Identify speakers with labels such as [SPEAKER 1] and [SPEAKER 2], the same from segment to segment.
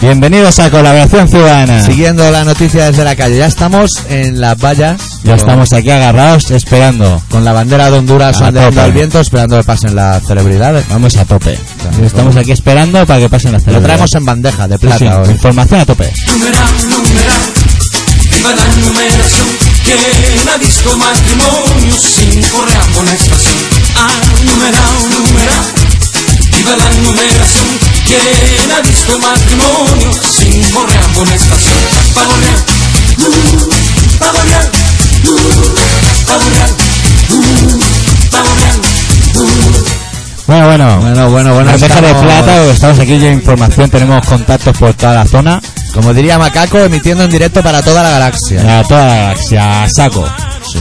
[SPEAKER 1] Bienvenidos a Colaboración Ciudadana.
[SPEAKER 2] Siguiendo las noticias desde la calle, ya estamos en las vallas.
[SPEAKER 1] Ya
[SPEAKER 2] con-
[SPEAKER 1] estamos aquí agarrados esperando.
[SPEAKER 2] Con la bandera de Honduras
[SPEAKER 1] A
[SPEAKER 2] ondeando
[SPEAKER 1] tope.
[SPEAKER 2] al viento, esperando que pasen las celebridades.
[SPEAKER 1] Vamos a tope.
[SPEAKER 2] Claro.
[SPEAKER 1] Estamos aquí esperando para que pasen las
[SPEAKER 2] Lo
[SPEAKER 1] celebridades.
[SPEAKER 2] traemos en bandeja de plata
[SPEAKER 1] Sí, sí,
[SPEAKER 2] hoy.
[SPEAKER 1] Información a tope.
[SPEAKER 3] Numeral, numeral, viva la numeración, que la disco matrimonio sin correa por la estación. Ah, numeral, numeral, viva la numeración, que la disco matrimonio sin correa por la estación. Pavonear, uh, pavonear, uh, pavonear, uh, pavonear.
[SPEAKER 1] Bueno, bueno.
[SPEAKER 2] Bueno, bueno, bueno.
[SPEAKER 1] Bandeja
[SPEAKER 2] estamos-
[SPEAKER 1] de plata, porque estamos aquí ya información, tenemos contactos por toda la zona,
[SPEAKER 2] Como diría Macaco, emitiendo en directo para toda la galaxia.
[SPEAKER 1] a toda la galaxia, a saco.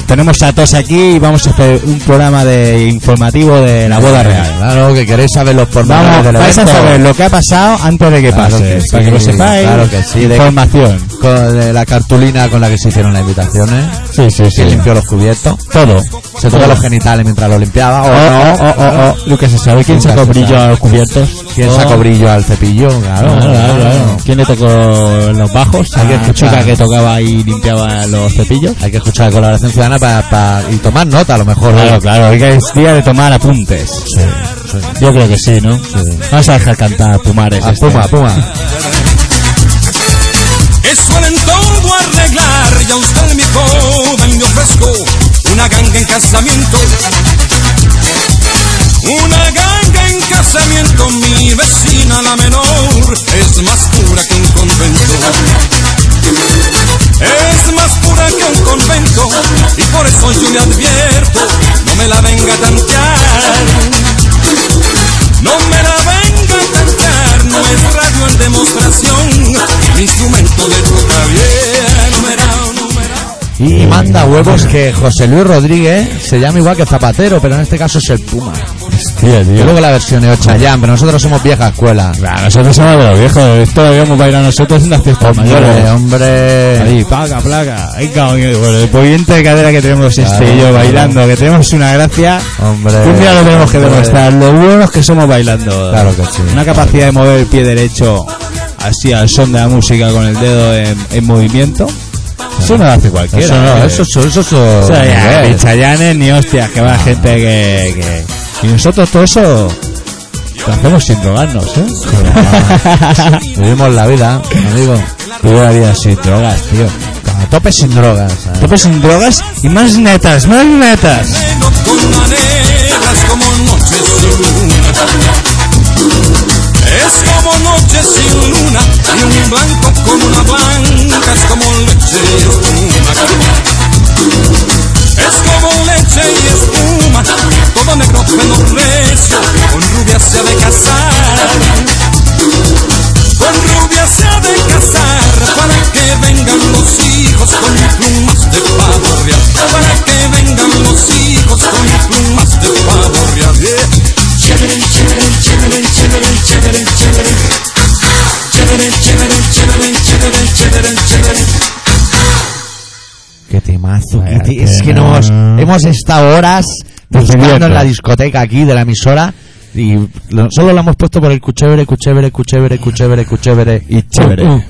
[SPEAKER 1] Tenemos a todos aquí y vamos a hacer un programa de informativo de la boda real.
[SPEAKER 2] Claro, que queréis saber los pormenores
[SPEAKER 1] Vamos,
[SPEAKER 2] del
[SPEAKER 1] vais a
[SPEAKER 2] evento.
[SPEAKER 1] saber lo que ha pasado antes de que
[SPEAKER 2] Claro
[SPEAKER 1] pase,
[SPEAKER 2] que sí,
[SPEAKER 1] para que lo sepáis.
[SPEAKER 2] claro que sí, de-
[SPEAKER 1] Información.
[SPEAKER 2] Con eh, la cartulina con la que se hicieron las invitaciones.
[SPEAKER 1] Sí, sí,
[SPEAKER 2] Que limpió los cubiertos.
[SPEAKER 1] Todo.
[SPEAKER 2] Se tocó los genitales mientras lo limpiaba.
[SPEAKER 1] Oh,
[SPEAKER 2] O no.
[SPEAKER 1] oh, oh, oh, oh. Lucas, ¿se sabe quién
[SPEAKER 2] Nunca
[SPEAKER 1] sacó
[SPEAKER 2] se
[SPEAKER 1] brillo
[SPEAKER 2] sabe.
[SPEAKER 1] a los cubiertos?
[SPEAKER 2] ¿Quién
[SPEAKER 1] Oh.
[SPEAKER 2] sacó brillo al cepillo? Claro,
[SPEAKER 1] Claro, claro,
[SPEAKER 2] claro.
[SPEAKER 1] claro. Ah, ¿Quién le tocó los bajos?
[SPEAKER 2] Hay que
[SPEAKER 1] ¿Alguien
[SPEAKER 2] escuchar.
[SPEAKER 1] chica que tocaba y limpiaba los cepillos?
[SPEAKER 2] Hay que escuchar la colaboración ciudadana para y tomar nota a lo mejor.
[SPEAKER 1] Claro,
[SPEAKER 2] ¿no?
[SPEAKER 1] claro, hoy es día de tomar apuntes. Yo creo que sí, ¿no? Vamos a dejar cantar a Pumares.
[SPEAKER 2] Ah,
[SPEAKER 1] este.
[SPEAKER 2] Puma, Puma.
[SPEAKER 3] Que suelen todo arreglar y a usted mi joven le ofrezco una ganga en casamiento. Una ganga en casamiento, mi vecina la menor es más pura que un convento. Es más pura que un convento y por eso yo le advierto, no me la venga a tantear. No me la venga a cantar, no es radio en demostración, mi instrumento de toca bien, numerado, numerado.
[SPEAKER 2] Y manda huevos que José Luis Rodríguez se llama igual que Zapatero, pero en este caso es el Puma.
[SPEAKER 1] Tío,
[SPEAKER 2] Yo
[SPEAKER 1] tío.
[SPEAKER 2] creo que la versión es Chayán, pero nosotros somos vieja escuela.
[SPEAKER 1] Nah, nosotros somos de los viejos. Esto lo habíamos bailado nosotros en las fiestas
[SPEAKER 2] Hombre,
[SPEAKER 1] mayores.
[SPEAKER 2] hombre.
[SPEAKER 1] Ahí, placa, placa. Ahí, cabrón. Bueno, el movimiento de cadera que tenemos este y yo
[SPEAKER 2] claro.
[SPEAKER 1] bailando, que tenemos una gracia.
[SPEAKER 2] Hombre.
[SPEAKER 1] Un día lo tenemos que
[SPEAKER 2] hombre.
[SPEAKER 1] demostrar. Lo buenos que somos bailando.
[SPEAKER 2] Claro que sí.
[SPEAKER 1] Una capacidad de mover el pie derecho así al son de la música con el dedo en, en movimiento. Eso no lo hace cualquiera.
[SPEAKER 2] Eso no,
[SPEAKER 1] eh.
[SPEAKER 2] eso, eso, eso,
[SPEAKER 1] O
[SPEAKER 2] eso.
[SPEAKER 1] sea, ya,
[SPEAKER 2] Miguel.
[SPEAKER 1] ni chayanes ni hostias, que va gente que, que- Y nosotros todo eso lo hacemos sin drogarnos, ¿eh?
[SPEAKER 2] Vivimos la vida, amigo.
[SPEAKER 1] Vivo la vida sin drogas, tío.
[SPEAKER 2] A tope sin drogas. ¿sabes?
[SPEAKER 1] Tope sin drogas y más netas, más netas.
[SPEAKER 3] Vengo con anhelas como noche sin luna. Es como noche sin luna y un blanco con una blanca es como leche y espuma. Es como leche y espuma, todo negro pero recio, con rubia se ha de casar. Con rubia se ha de casar para que vengan los hijos con plumas de pavo real. Para que vengan los hijos con plumas de pavo real. Yeah. Chévere, chévere, chévere, chévere, chévere, chévere. Chévere, chévere, chévere, chévere, chévere, chévere.
[SPEAKER 2] Qué temazo.
[SPEAKER 1] Vaya
[SPEAKER 2] qué te- es que
[SPEAKER 1] tema.
[SPEAKER 2] nos, hemos estado horas buscando
[SPEAKER 1] cierto.
[SPEAKER 2] en la discoteca aquí de la emisora y lo- solo lo hemos puesto por el cuchévere, cuchévere, cuchévere, cuchévere, cuchévere y chévere.
[SPEAKER 1] Uh, uh.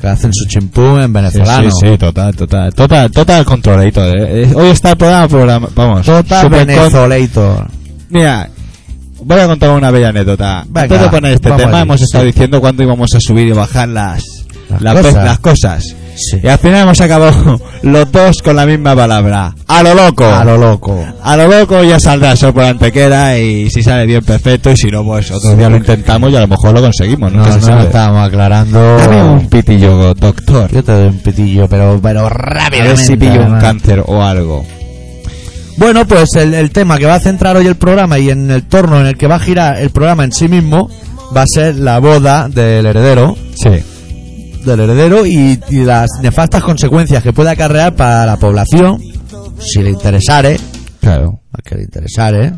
[SPEAKER 2] Que hacen su chimpú en
[SPEAKER 1] Sí,
[SPEAKER 2] venezolano.
[SPEAKER 1] sí, sí, total, total, total, total controladito. eh. Eh, Hoy está el programa, programa vamos.
[SPEAKER 2] Total
[SPEAKER 1] super con-
[SPEAKER 2] venezolator.
[SPEAKER 1] Mira, voy a contar una bella anécdota.
[SPEAKER 2] Venga,
[SPEAKER 1] Antes de poner este
[SPEAKER 2] vamos
[SPEAKER 1] tema,
[SPEAKER 2] allí,
[SPEAKER 1] hemos estado
[SPEAKER 2] sí.
[SPEAKER 1] diciendo cuándo íbamos a subir y bajar las,
[SPEAKER 2] Las
[SPEAKER 1] las
[SPEAKER 2] cosas.
[SPEAKER 1] pe- las cosas.
[SPEAKER 2] Sí.
[SPEAKER 1] Y al final hemos acabado los dos con la misma palabra. A lo loco.
[SPEAKER 2] A lo loco.
[SPEAKER 1] A lo loco ya saldrá eso por antequera y si sale bien perfecto y si no pues otro día lo intentamos y a lo mejor lo conseguimos.
[SPEAKER 2] No,
[SPEAKER 1] Nunca se
[SPEAKER 2] no,
[SPEAKER 1] sabe.
[SPEAKER 2] estábamos aclarando.
[SPEAKER 1] Dame un pitillo, doctor.
[SPEAKER 2] Yo te doy un pitillo, pero, pero
[SPEAKER 1] A
[SPEAKER 2] rápidamente.
[SPEAKER 1] ver si pillo un
[SPEAKER 2] además.
[SPEAKER 1] cáncer o algo.
[SPEAKER 2] Bueno, pues el, el tema que va a centrar hoy el programa y en el torno en el que va a girar el programa en sí mismo va a ser la boda del heredero,
[SPEAKER 1] Sí.
[SPEAKER 2] del heredero y, y las nefastas consecuencias que puede acarrear para la población, si le interesare,
[SPEAKER 1] Claro.
[SPEAKER 2] a que le interesare.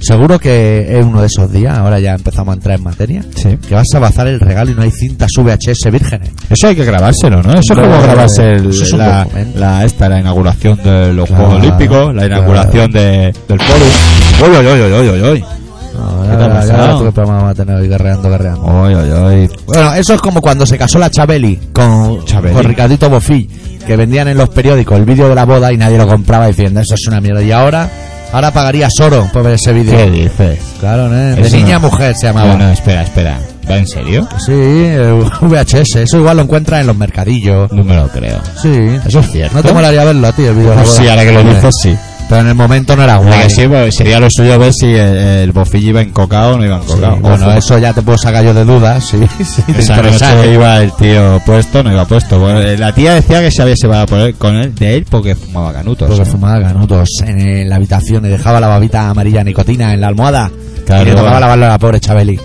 [SPEAKER 2] Seguro que es uno de esos días, ahora ya empezamos a entrar en materia,
[SPEAKER 1] Sí.
[SPEAKER 2] que vas a bazar el regalo y no hay cintas VHS vírgenes.
[SPEAKER 1] Eso hay que grabárselo, ¿no? Eso es
[SPEAKER 2] Claro,
[SPEAKER 1] como grabarse el-
[SPEAKER 2] eso es un
[SPEAKER 1] la,
[SPEAKER 2] documento.
[SPEAKER 1] la- esta, la inauguración de los
[SPEAKER 2] Claro,
[SPEAKER 1] Juegos Olímpicos, la inauguración de, del Foro. Uy, uy, uy, uy, uy, uy.
[SPEAKER 2] Ahora,
[SPEAKER 1] ¿Qué te ha
[SPEAKER 2] Ahora- ahora
[SPEAKER 1] pasado?
[SPEAKER 2] todo el programa vamos a tener hoy guerreando, guerreando.
[SPEAKER 1] Oy, oy, oy.
[SPEAKER 2] Bueno, eso es como cuando se casó la Chabeli con,
[SPEAKER 1] Chabeli.
[SPEAKER 2] con Ricardito Bofill, que vendían en los periódicos el vídeo de la boda y nadie lo compraba diciendo, eso es una mierda. Y ahora, ahora pagaría Soro por ver ese vídeo.
[SPEAKER 1] ¿Qué dices?
[SPEAKER 2] Claro, ¿eh? De
[SPEAKER 1] Eso
[SPEAKER 2] niña
[SPEAKER 1] no.
[SPEAKER 2] a mujer se llamaba.
[SPEAKER 1] No, no, espera, espera. ¿Va en serio?
[SPEAKER 2] Sí, eh, el VHS, eso igual lo encuentras en los mercadillos.
[SPEAKER 1] No me lo creo.
[SPEAKER 2] Sí,
[SPEAKER 1] Eso es cierto. Pues
[SPEAKER 2] no te molaría verlo a ti el vídeo. de la boda.
[SPEAKER 1] sí, ahora que lo dices, sí.
[SPEAKER 2] Pero en el momento no era
[SPEAKER 1] Ahora
[SPEAKER 2] guay.
[SPEAKER 1] que sí, pues, sería lo suyo ver si el, el bofillo iba encocado o no iba
[SPEAKER 2] Sí,
[SPEAKER 1] encocado.
[SPEAKER 2] bueno,
[SPEAKER 1] Ojo.
[SPEAKER 2] eso ya te puedo sacar yo de dudas, sí, sí, te
[SPEAKER 1] Esa
[SPEAKER 2] interesa,
[SPEAKER 1] noche
[SPEAKER 2] ¿eh?
[SPEAKER 1] iba el tío puesto, no iba puesto. Bueno, eh, la tía decía que se había separado por él- con él, de él porque fumaba canutos.
[SPEAKER 2] Porque fumaba canutos en, eh, la habitación y dejaba la babita amarilla nicotina en la almohada.
[SPEAKER 1] Claro.
[SPEAKER 2] Y le tocaba lavarlo a la pobre Chabeli.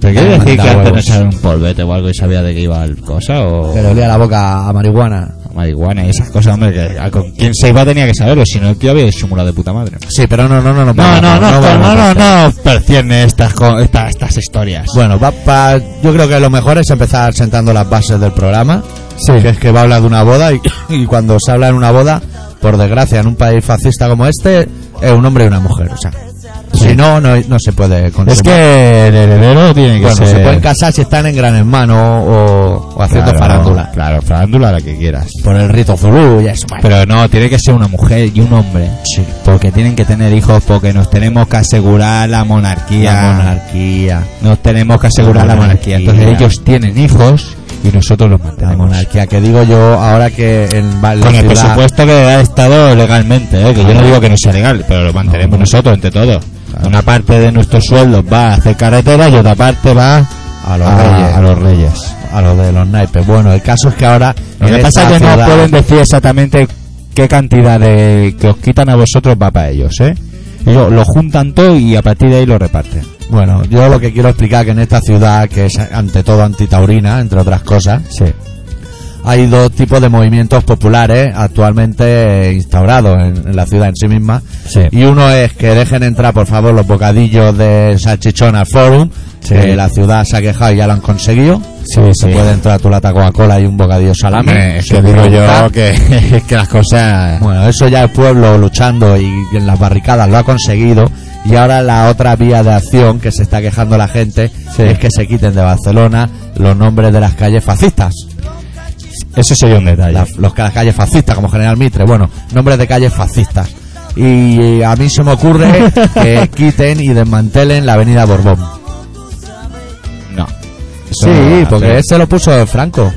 [SPEAKER 1] ¿Pero
[SPEAKER 2] Ah,
[SPEAKER 1] quiere decir
[SPEAKER 2] manda
[SPEAKER 1] que antes no
[SPEAKER 2] huevos.
[SPEAKER 1] sabía un polvete o algo y sabía de qué iba el cosa o
[SPEAKER 2] Que le olía la boca a marihuana.
[SPEAKER 1] marihuana y esas cosas? Hombre, que a- con quien se iba tenía que saberlo, si no el tío había simulado de puta madre.
[SPEAKER 2] Sí, pero no, no, no, no.
[SPEAKER 1] No,
[SPEAKER 2] para-
[SPEAKER 1] no, no, no,
[SPEAKER 2] para-
[SPEAKER 1] no, no,
[SPEAKER 2] para-
[SPEAKER 1] no, percierne estas, co- esta- estas historias.
[SPEAKER 2] Bueno, va pa- yo creo que lo mejor es empezar sentando las bases del programa. Que es que va a hablar de una boda y, y cuando se habla en una boda, por desgracia, en un país fascista como este, es un hombre y una mujer. O sea, si no, no, no se puede consumir.
[SPEAKER 1] es que el heredero tiene que
[SPEAKER 2] Bueno,
[SPEAKER 1] ser...
[SPEAKER 2] se pueden casar si están en gran hermano o, o haciendo
[SPEAKER 1] Claro,
[SPEAKER 2] farándula.
[SPEAKER 1] Claro, farándula la que quieras.
[SPEAKER 2] Por el rito zulú y eso. bueno.
[SPEAKER 1] Pero no, tiene que ser una mujer y un hombre.
[SPEAKER 2] Sí.
[SPEAKER 1] Porque tienen que tener hijos, porque nos tenemos que asegurar la monarquía.
[SPEAKER 2] la monarquía.
[SPEAKER 1] Nos tenemos que asegurar la
[SPEAKER 2] La
[SPEAKER 1] monarquía.
[SPEAKER 2] monarquía.
[SPEAKER 1] Entonces ellos tienen hijos y nosotros los
[SPEAKER 2] La
[SPEAKER 1] mantenemos.
[SPEAKER 2] monarquía, que digo yo ahora que en va- la
[SPEAKER 1] Con el
[SPEAKER 2] ciudad-
[SPEAKER 1] presupuesto que da el Estado legalmente, ¿eh? que yo no digo que no sea legal, pero lo mantenemos nosotros entre todos. Una parte de nuestros sueldos va a hacer carreteras y otra parte va
[SPEAKER 2] A los
[SPEAKER 1] a,
[SPEAKER 2] reyes.
[SPEAKER 1] Ah, a los reyes.
[SPEAKER 2] a lo de los naipes. Bueno, el caso es que ahora.
[SPEAKER 1] Lo
[SPEAKER 2] en
[SPEAKER 1] que pasa es
[SPEAKER 2] esta
[SPEAKER 1] que no
[SPEAKER 2] ciudad-
[SPEAKER 1] pueden decir exactamente qué cantidad de que os quitan a vosotros va para ellos, ¿eh? Ellos lo juntan todo y a partir de ahí lo reparten.
[SPEAKER 2] Bueno, yo lo que quiero explicar que en esta ciudad, que es ante todo antitaurina, entre otras cosas,
[SPEAKER 1] Sí.
[SPEAKER 2] hay dos tipos de movimientos populares actualmente instaurados en, en la ciudad en sí misma.
[SPEAKER 1] Sí.
[SPEAKER 2] Y uno es que dejen entrar, por favor, los bocadillos de salchichón al forum.
[SPEAKER 1] Sí.
[SPEAKER 2] que la ciudad se ha quejado y ya lo han conseguido.
[SPEAKER 1] Sí,
[SPEAKER 2] Se puede entrar tu lata Coca-Cola y un bocadillo salame.
[SPEAKER 1] Hombre, es que
[SPEAKER 2] sin
[SPEAKER 1] digo yo
[SPEAKER 2] preguntar.
[SPEAKER 1] que, es que las cosas...
[SPEAKER 2] Bueno, eso ya el pueblo luchando y en las barricadas lo ha conseguido. Y ahora la otra vía de acción que se está quejando la gente
[SPEAKER 1] Sí.
[SPEAKER 2] es que se quiten de Barcelona los nombres de las calles fascistas.
[SPEAKER 1] Eso sería un detalle.
[SPEAKER 2] La- los, las calles fascistas, como General Mitre. Bueno, nombres de calles fascistas. Y eh, a mí se me ocurre que quiten y desmantelen la avenida Borbón.
[SPEAKER 1] No. Eso no
[SPEAKER 2] Sí,
[SPEAKER 1] va a
[SPEAKER 2] porque
[SPEAKER 1] hacer.
[SPEAKER 2] ese lo puso Franco.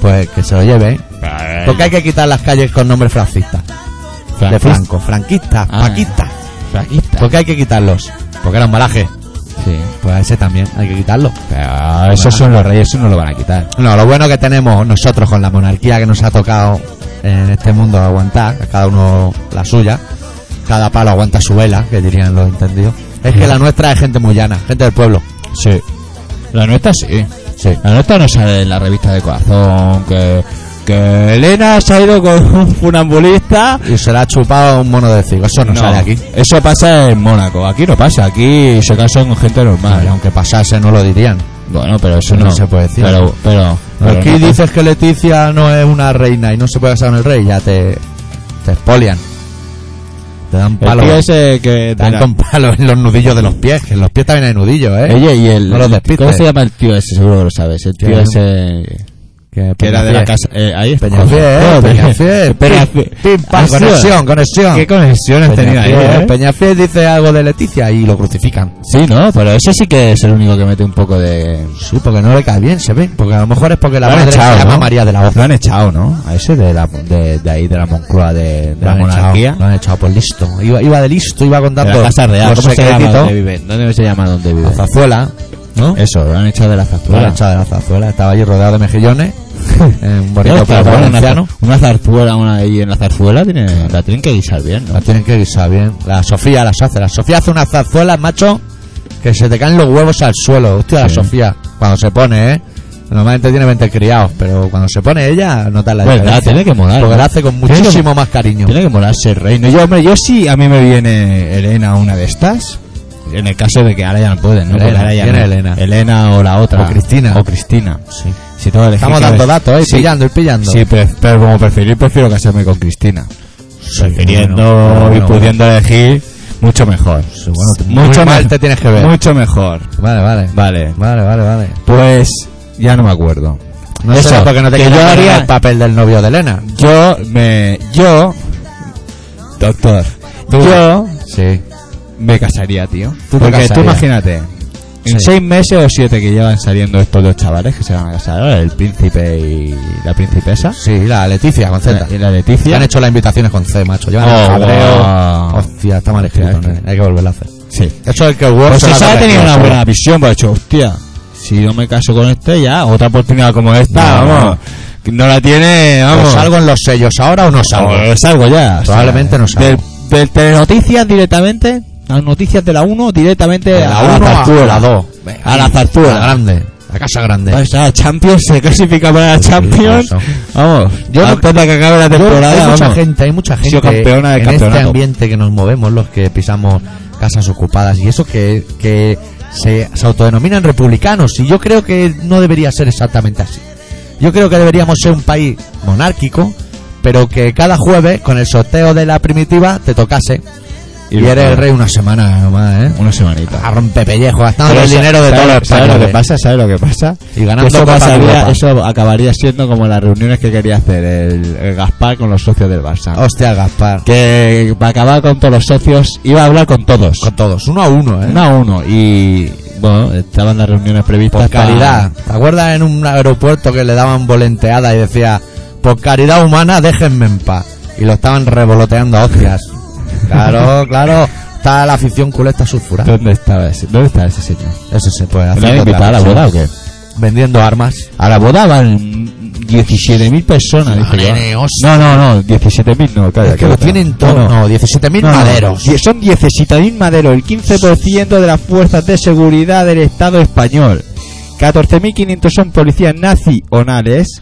[SPEAKER 2] Pues que se lo lleve. Porque hay que quitar las calles con nombres fascistas. De
[SPEAKER 1] Franquista.
[SPEAKER 2] Franco, franquistas,
[SPEAKER 1] Ah.
[SPEAKER 2] paquistas.
[SPEAKER 1] Franquista.
[SPEAKER 2] Porque hay que quitarlos. Porque eran malaje.
[SPEAKER 1] Sí.
[SPEAKER 2] Pues a ese también hay que quitarlo.
[SPEAKER 1] Pero esos son los reyes, eso no lo van a quitar.
[SPEAKER 2] No, lo bueno que tenemos nosotros con la monarquía que nos ha tocado en este mundo aguantar, a cada uno la suya, cada palo aguanta su vela, que dirían los entendidos, es que la nuestra es gente muy llana, gente del pueblo.
[SPEAKER 1] Sí. La nuestra sí.
[SPEAKER 2] Sí.
[SPEAKER 1] La nota no sale en la revista de corazón que, que Elena se ha ido con un funambulista.
[SPEAKER 2] Y se la ha chupado un mono de cigo, eso no, sale aquí.
[SPEAKER 1] Eso pasa en Mónaco. Aquí no pasa. Aquí se casan con gente
[SPEAKER 2] Vale,
[SPEAKER 1] normal.
[SPEAKER 2] aunque pasase no lo dirían.
[SPEAKER 1] Bueno, pero eso
[SPEAKER 2] No
[SPEAKER 1] no,
[SPEAKER 2] se puede decir.
[SPEAKER 1] Pero, pero, pero
[SPEAKER 2] aquí
[SPEAKER 1] no pasa.
[SPEAKER 2] dices que Leticia no es una reina y no se puede casar con el rey, ya te, te expolian. Te dan
[SPEAKER 1] el
[SPEAKER 2] palo.
[SPEAKER 1] tío ese que
[SPEAKER 2] Te dan
[SPEAKER 1] de la-
[SPEAKER 2] con palos en los nudillos de los pies, que en los pies también hay nudillos, ¿eh?
[SPEAKER 1] Oye, y el
[SPEAKER 2] No los despides.
[SPEAKER 1] ¿Cómo se llama el tío ese? Seguro que lo sabes. El tío
[SPEAKER 2] Que-
[SPEAKER 1] ese
[SPEAKER 2] que,
[SPEAKER 1] que era de la casa. eh, ahí está.
[SPEAKER 2] Peñafiel,
[SPEAKER 1] No,
[SPEAKER 2] Peñafiel,
[SPEAKER 1] Peñafiel.
[SPEAKER 2] Pim, pim, pam,
[SPEAKER 1] Ha sido-
[SPEAKER 2] conexión, conexión.
[SPEAKER 1] ¿Qué conexión has tenido ahí?
[SPEAKER 2] Peñafiel,
[SPEAKER 1] eh?
[SPEAKER 2] Peñafiel dice algo de Leticia y lo crucifican.
[SPEAKER 1] Sí, no, pero ese sí que es el único que mete un poco de.
[SPEAKER 2] Sí, porque no le cae bien, se ve. Porque a lo mejor es porque la
[SPEAKER 1] Lo han
[SPEAKER 2] madre
[SPEAKER 1] echado,
[SPEAKER 2] se llama
[SPEAKER 1] ¿no?
[SPEAKER 2] María de la Hoz.
[SPEAKER 1] Lo han echado, ¿no? A ese de, la, de, de ahí, de la Moncloa, de, de
[SPEAKER 2] Lo
[SPEAKER 1] la
[SPEAKER 2] han
[SPEAKER 1] monarquía.
[SPEAKER 2] echado, Lo han echado, pues listo. Iba, iba de listo, iba
[SPEAKER 1] De
[SPEAKER 2] contando
[SPEAKER 1] la Casa Real.
[SPEAKER 2] los
[SPEAKER 1] ¿Cómo se llama
[SPEAKER 2] secretitos.
[SPEAKER 1] donde vive? ¿Dónde se llama donde vive?
[SPEAKER 2] Zazuela, ¿no?
[SPEAKER 1] Eso, lo han echado de la
[SPEAKER 2] Lo han
[SPEAKER 1] zarzuela.
[SPEAKER 2] echado de la Zazuela. Estaba allí rodeado de mejillones. en un
[SPEAKER 1] Ya
[SPEAKER 2] bonito
[SPEAKER 1] está,
[SPEAKER 2] plato
[SPEAKER 1] bueno, una,
[SPEAKER 2] valenciano.
[SPEAKER 1] zar- una zarzuela, una ahí en la zarzuela, tiene, la tienen que guisar bien, ¿no?
[SPEAKER 2] La tienen que guisar bien. La Sofía las hace. La Sofía hace unas zarzuelas, macho, que se te caen los huevos al suelo. Hostia, la
[SPEAKER 1] Sí.
[SPEAKER 2] Sofía, cuando se pone, ¿eh? Normalmente tiene 20 criados, pero cuando se pone ella, notas la
[SPEAKER 1] Verdad,
[SPEAKER 2] diferencia.
[SPEAKER 1] tiene que molar,
[SPEAKER 2] Porque
[SPEAKER 1] ¿no?
[SPEAKER 2] la hace con
[SPEAKER 1] Tiene que-
[SPEAKER 2] muchísimo más cariño.
[SPEAKER 1] Tiene que molar ser reino. Yo, hombre, yo sí, a mí me viene Elena una de estas. En el caso de que ahora ya no pueden, ¿no?
[SPEAKER 2] Elena,
[SPEAKER 1] Porque ahora ya
[SPEAKER 2] ¿quién
[SPEAKER 1] no-
[SPEAKER 2] es Elena?
[SPEAKER 1] Elena o la otra.
[SPEAKER 2] O Cristina.
[SPEAKER 1] O Cristina.
[SPEAKER 2] Sí.
[SPEAKER 1] Si tengo que elegir,
[SPEAKER 2] Estamos
[SPEAKER 1] ¿sabes?
[SPEAKER 2] dando datos, ¿eh?
[SPEAKER 1] Sí,
[SPEAKER 2] Pillando y pillando.
[SPEAKER 1] Sí, pero, pero como preferir, prefiero casarme con Cristina.
[SPEAKER 2] Sí,
[SPEAKER 1] Prefiriendo
[SPEAKER 2] bueno,
[SPEAKER 1] y
[SPEAKER 2] bueno,
[SPEAKER 1] pudiendo elegir, Mucho mejor.
[SPEAKER 2] Bueno,
[SPEAKER 1] mucho
[SPEAKER 2] muy mal
[SPEAKER 1] me-
[SPEAKER 2] te tienes que ver.
[SPEAKER 1] Mucho mejor.
[SPEAKER 2] Vale, vale.
[SPEAKER 1] Vale.
[SPEAKER 2] Vale, vale, vale.
[SPEAKER 1] Pues ya no me acuerdo.
[SPEAKER 2] No
[SPEAKER 1] Eso,
[SPEAKER 2] sé por qué no te
[SPEAKER 1] que
[SPEAKER 2] quieres
[SPEAKER 1] yo
[SPEAKER 2] poner
[SPEAKER 1] haría-
[SPEAKER 2] el papel del novio de Elena.
[SPEAKER 1] Yo me. Yo. Doctor. Yo
[SPEAKER 2] Sí.
[SPEAKER 1] me casaría, tío.
[SPEAKER 2] Tú te
[SPEAKER 1] Porque tú
[SPEAKER 2] casarías.
[SPEAKER 1] imagínate. En
[SPEAKER 2] Sí.
[SPEAKER 1] seis meses o siete que llevan saliendo estos dos chavales que se van a casar, el príncipe y la princesa.
[SPEAKER 2] Sí, la Leticia con Z.
[SPEAKER 1] Y la
[SPEAKER 2] Ya
[SPEAKER 1] Leticia.
[SPEAKER 2] han hecho las invitaciones con C, macho. Llevan
[SPEAKER 1] Oh,
[SPEAKER 2] el cabreo.
[SPEAKER 1] wow.
[SPEAKER 2] Hostia, está mal escrito,
[SPEAKER 1] Hostia,
[SPEAKER 2] nene. Hay que volverlo a hacer.
[SPEAKER 1] Sí.
[SPEAKER 2] Eso es el que Word
[SPEAKER 1] Pues
[SPEAKER 2] se lo
[SPEAKER 1] esa ha
[SPEAKER 2] corregido,
[SPEAKER 1] tenido una
[SPEAKER 2] seguro.
[SPEAKER 1] buena visión, pues ha dicho, hostia, si no me caso con este ya, otra oportunidad como esta,
[SPEAKER 2] No,
[SPEAKER 1] vamos, que no la tiene,
[SPEAKER 2] ¿O
[SPEAKER 1] vamos.
[SPEAKER 2] salgo en los sellos ahora o no salgo?
[SPEAKER 1] O salgo ya. o sea,
[SPEAKER 2] Probablemente no salgo.
[SPEAKER 1] Del, del Telenoticias directamente, las noticias de la 1 directamente
[SPEAKER 2] De la
[SPEAKER 1] a, la
[SPEAKER 2] 1 a
[SPEAKER 1] zarzuela.
[SPEAKER 2] la 2.
[SPEAKER 1] A la
[SPEAKER 2] La
[SPEAKER 1] zarzuela.
[SPEAKER 2] grande. La casa grande.
[SPEAKER 1] O sea, ah, Champions se clasifica para la Champions.
[SPEAKER 2] eso. Ah,
[SPEAKER 1] Vamos,
[SPEAKER 2] Yo no-
[SPEAKER 1] antes de que acabe la temporada,
[SPEAKER 2] hay mucha
[SPEAKER 1] vamos.
[SPEAKER 2] gente, hay mucha
[SPEAKER 1] sido
[SPEAKER 2] gente
[SPEAKER 1] campeona del
[SPEAKER 2] en este
[SPEAKER 1] campeonato.
[SPEAKER 2] ambiente que nos movemos, los que pisamos casas ocupadas y eso que, que se, se autodenominan republicanos. Y yo creo que no debería ser exactamente así. Yo creo que deberíamos ser un país monárquico, pero que cada jueves con el sorteo de la primitiva te tocase y,
[SPEAKER 1] luego-
[SPEAKER 2] eres el rey una semana nomás, ¿eh?
[SPEAKER 1] Una semanita.
[SPEAKER 2] A rompepellejo, gastando el
[SPEAKER 1] Pero
[SPEAKER 2] dinero de
[SPEAKER 1] ¿sabes
[SPEAKER 2] todos
[SPEAKER 1] lo-
[SPEAKER 2] los
[SPEAKER 1] ¿Sabes lo que
[SPEAKER 2] españoles.
[SPEAKER 1] pasa? ¿Sabes lo que pasa?
[SPEAKER 2] Y ganando
[SPEAKER 1] eso,
[SPEAKER 2] Copa de
[SPEAKER 1] pasaría,
[SPEAKER 2] Europa.
[SPEAKER 1] eso acabaría siendo como las reuniones que quería hacer el, el Gaspar con los socios del Barça.
[SPEAKER 2] Hostia, Gaspar.
[SPEAKER 1] Que para acabar con todos los socios iba a hablar con todos.
[SPEAKER 2] Con todos, uno a uno, ¿eh?
[SPEAKER 1] Uno a uno. Y bueno, estaban las reuniones previstas.
[SPEAKER 2] Por
[SPEAKER 1] para-
[SPEAKER 2] caridad. ¿Te acuerdas en un aeropuerto que le daban volenteada y decía, por caridad humana, déjenme en paz? Y lo estaban revoloteando a hostias. Claro, claro. Está la afición culesta sulfurada.
[SPEAKER 1] ¿Dónde estaba ese, ¿Dónde está ese señor?
[SPEAKER 2] Eso se puede hacer.
[SPEAKER 1] ¿Lo han
[SPEAKER 2] otra
[SPEAKER 1] invitado a la
[SPEAKER 2] cosa.
[SPEAKER 1] boda o qué?
[SPEAKER 2] Vendiendo armas.
[SPEAKER 1] A la boda van 17.000 personas. dice que va.
[SPEAKER 2] Nene, hostia.
[SPEAKER 1] no, no, no, 17.000 no. Calla,
[SPEAKER 2] Es que lo
[SPEAKER 1] otra.
[SPEAKER 2] tienen todo.
[SPEAKER 1] No, no.
[SPEAKER 2] No, 17.000
[SPEAKER 1] No, no,
[SPEAKER 2] maderos.
[SPEAKER 1] y Son 17.000 maderos, el 15% de las fuerzas de seguridad del Estado español. 14.500 son policías nacionales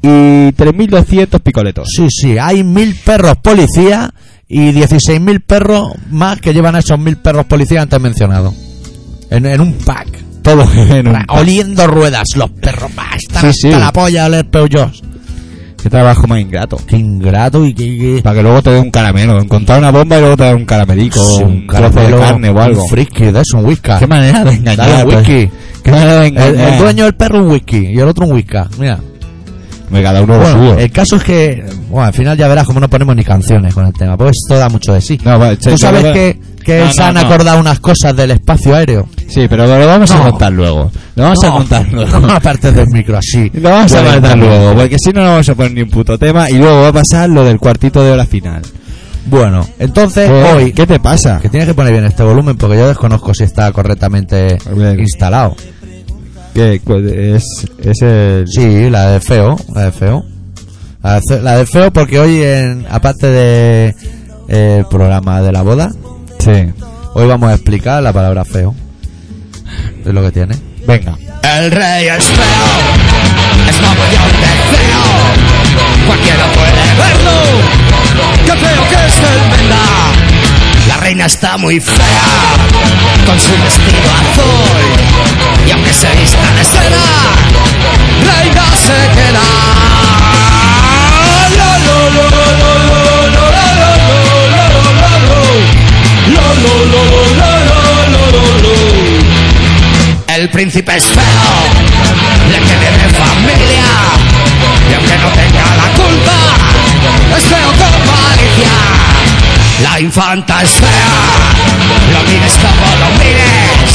[SPEAKER 1] y 3.200 picoletos.
[SPEAKER 2] Sí, sí, hay mil perros policía y 16.000 perros más que llevan a esos mil perros policía antes mencionados. En, en un pack.
[SPEAKER 1] Todo en un...
[SPEAKER 2] Ra- Oliendo ruedas, los perros más.
[SPEAKER 1] Sí,
[SPEAKER 2] Hasta,
[SPEAKER 1] sí.
[SPEAKER 2] hasta la polla a oler peullos.
[SPEAKER 1] Qué trabajo más ingrato.
[SPEAKER 2] Qué ingrato y qué. qué-
[SPEAKER 1] Para que luego te dé un caramelo. Encontrar una bomba y luego te dé un caramelico,
[SPEAKER 2] Sí,
[SPEAKER 1] un, trozo
[SPEAKER 2] caramelo,
[SPEAKER 1] de carne o algo.
[SPEAKER 2] Un frisky de eso, un whisky.
[SPEAKER 1] Qué manera de engañar.
[SPEAKER 2] Dale
[SPEAKER 1] pues.
[SPEAKER 2] whisky.
[SPEAKER 1] Qué manera de engañar.
[SPEAKER 2] El, el dueño del perro un whisky y el otro un whisky. Mira.
[SPEAKER 1] Me cada uno lo
[SPEAKER 2] Bueno,
[SPEAKER 1] suyo.
[SPEAKER 2] el caso es que. Bueno, al final ya verás cómo no ponemos ni canciones con el tema. Pues esto da mucho de sí.
[SPEAKER 1] No, va, che,
[SPEAKER 2] Tú sabes
[SPEAKER 1] yo-
[SPEAKER 2] que, que
[SPEAKER 1] No,
[SPEAKER 2] se
[SPEAKER 1] no,
[SPEAKER 2] han
[SPEAKER 1] no.
[SPEAKER 2] acordado unas cosas del espacio aéreo.
[SPEAKER 1] Sí, pero lo vamos a
[SPEAKER 2] No.
[SPEAKER 1] contar luego. Lo vamos a contar luego.
[SPEAKER 2] No, aparte del micro así.
[SPEAKER 1] Lo vamos a
[SPEAKER 2] Bueno,
[SPEAKER 1] mandar
[SPEAKER 2] también.
[SPEAKER 1] luego, porque si no, no vamos a poner ni un puto tema. Y luego va a pasar lo del cuartito de hora final.
[SPEAKER 2] Bueno, entonces
[SPEAKER 1] Eh,
[SPEAKER 2] hoy.
[SPEAKER 1] ¿Qué te pasa?
[SPEAKER 2] Que tienes que poner bien este volumen porque yo desconozco si está correctamente
[SPEAKER 1] Bien.
[SPEAKER 2] instalado.
[SPEAKER 1] ¿Qué, cu- es, es el.
[SPEAKER 2] Sí, la de feo, la de feo. La de fe- la de feo porque hoy, en, aparte de eh, el programa de la boda,
[SPEAKER 1] Sí.
[SPEAKER 2] hoy vamos a explicar la palabra feo. Es lo que tiene.
[SPEAKER 1] Venga.
[SPEAKER 4] El rey es feo, es mogollón de feo. Cualquiera puede verlo. Qué feo que es el venda. La reina está muy fea, con su vestido azul. Y aunque se vista de seda, reina se queda. Lo, lo, lo, lo, lo, lo, lo, lo, lo, lo, lo, lo, lo, lo, lo, lo, lo, lo, lo, lo. El príncipe es feo, le tiene de familia, y aunque no tenga la culpa, es feo con malicia. La infanta es fea, lo mires como lo mires,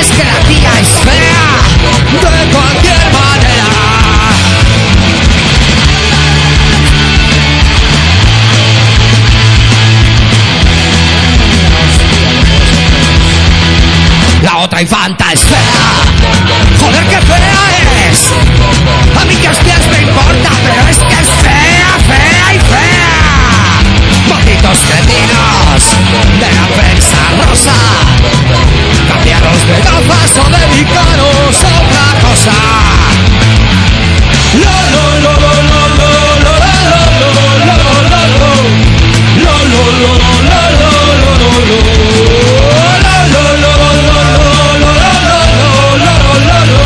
[SPEAKER 4] es que la tía es fea, de cualquier manera. La otra infanta es fea. Joder, qué fea es. A mí que hostias me importa, pero es que es fea, fea y fea. Malditos cretinos de la prensa rosa. Cambiaros de gafas o dedicaros a otra cosa. Lo, lo, lo, lo, lo, lo, lo, lo, lo, lo, lo, lo, lo. Lo, lo, lo, lo, lo, lo, lo, lo, lo. Lo, lo, lo, lo, lo, lo, lo, lo, lo, lo.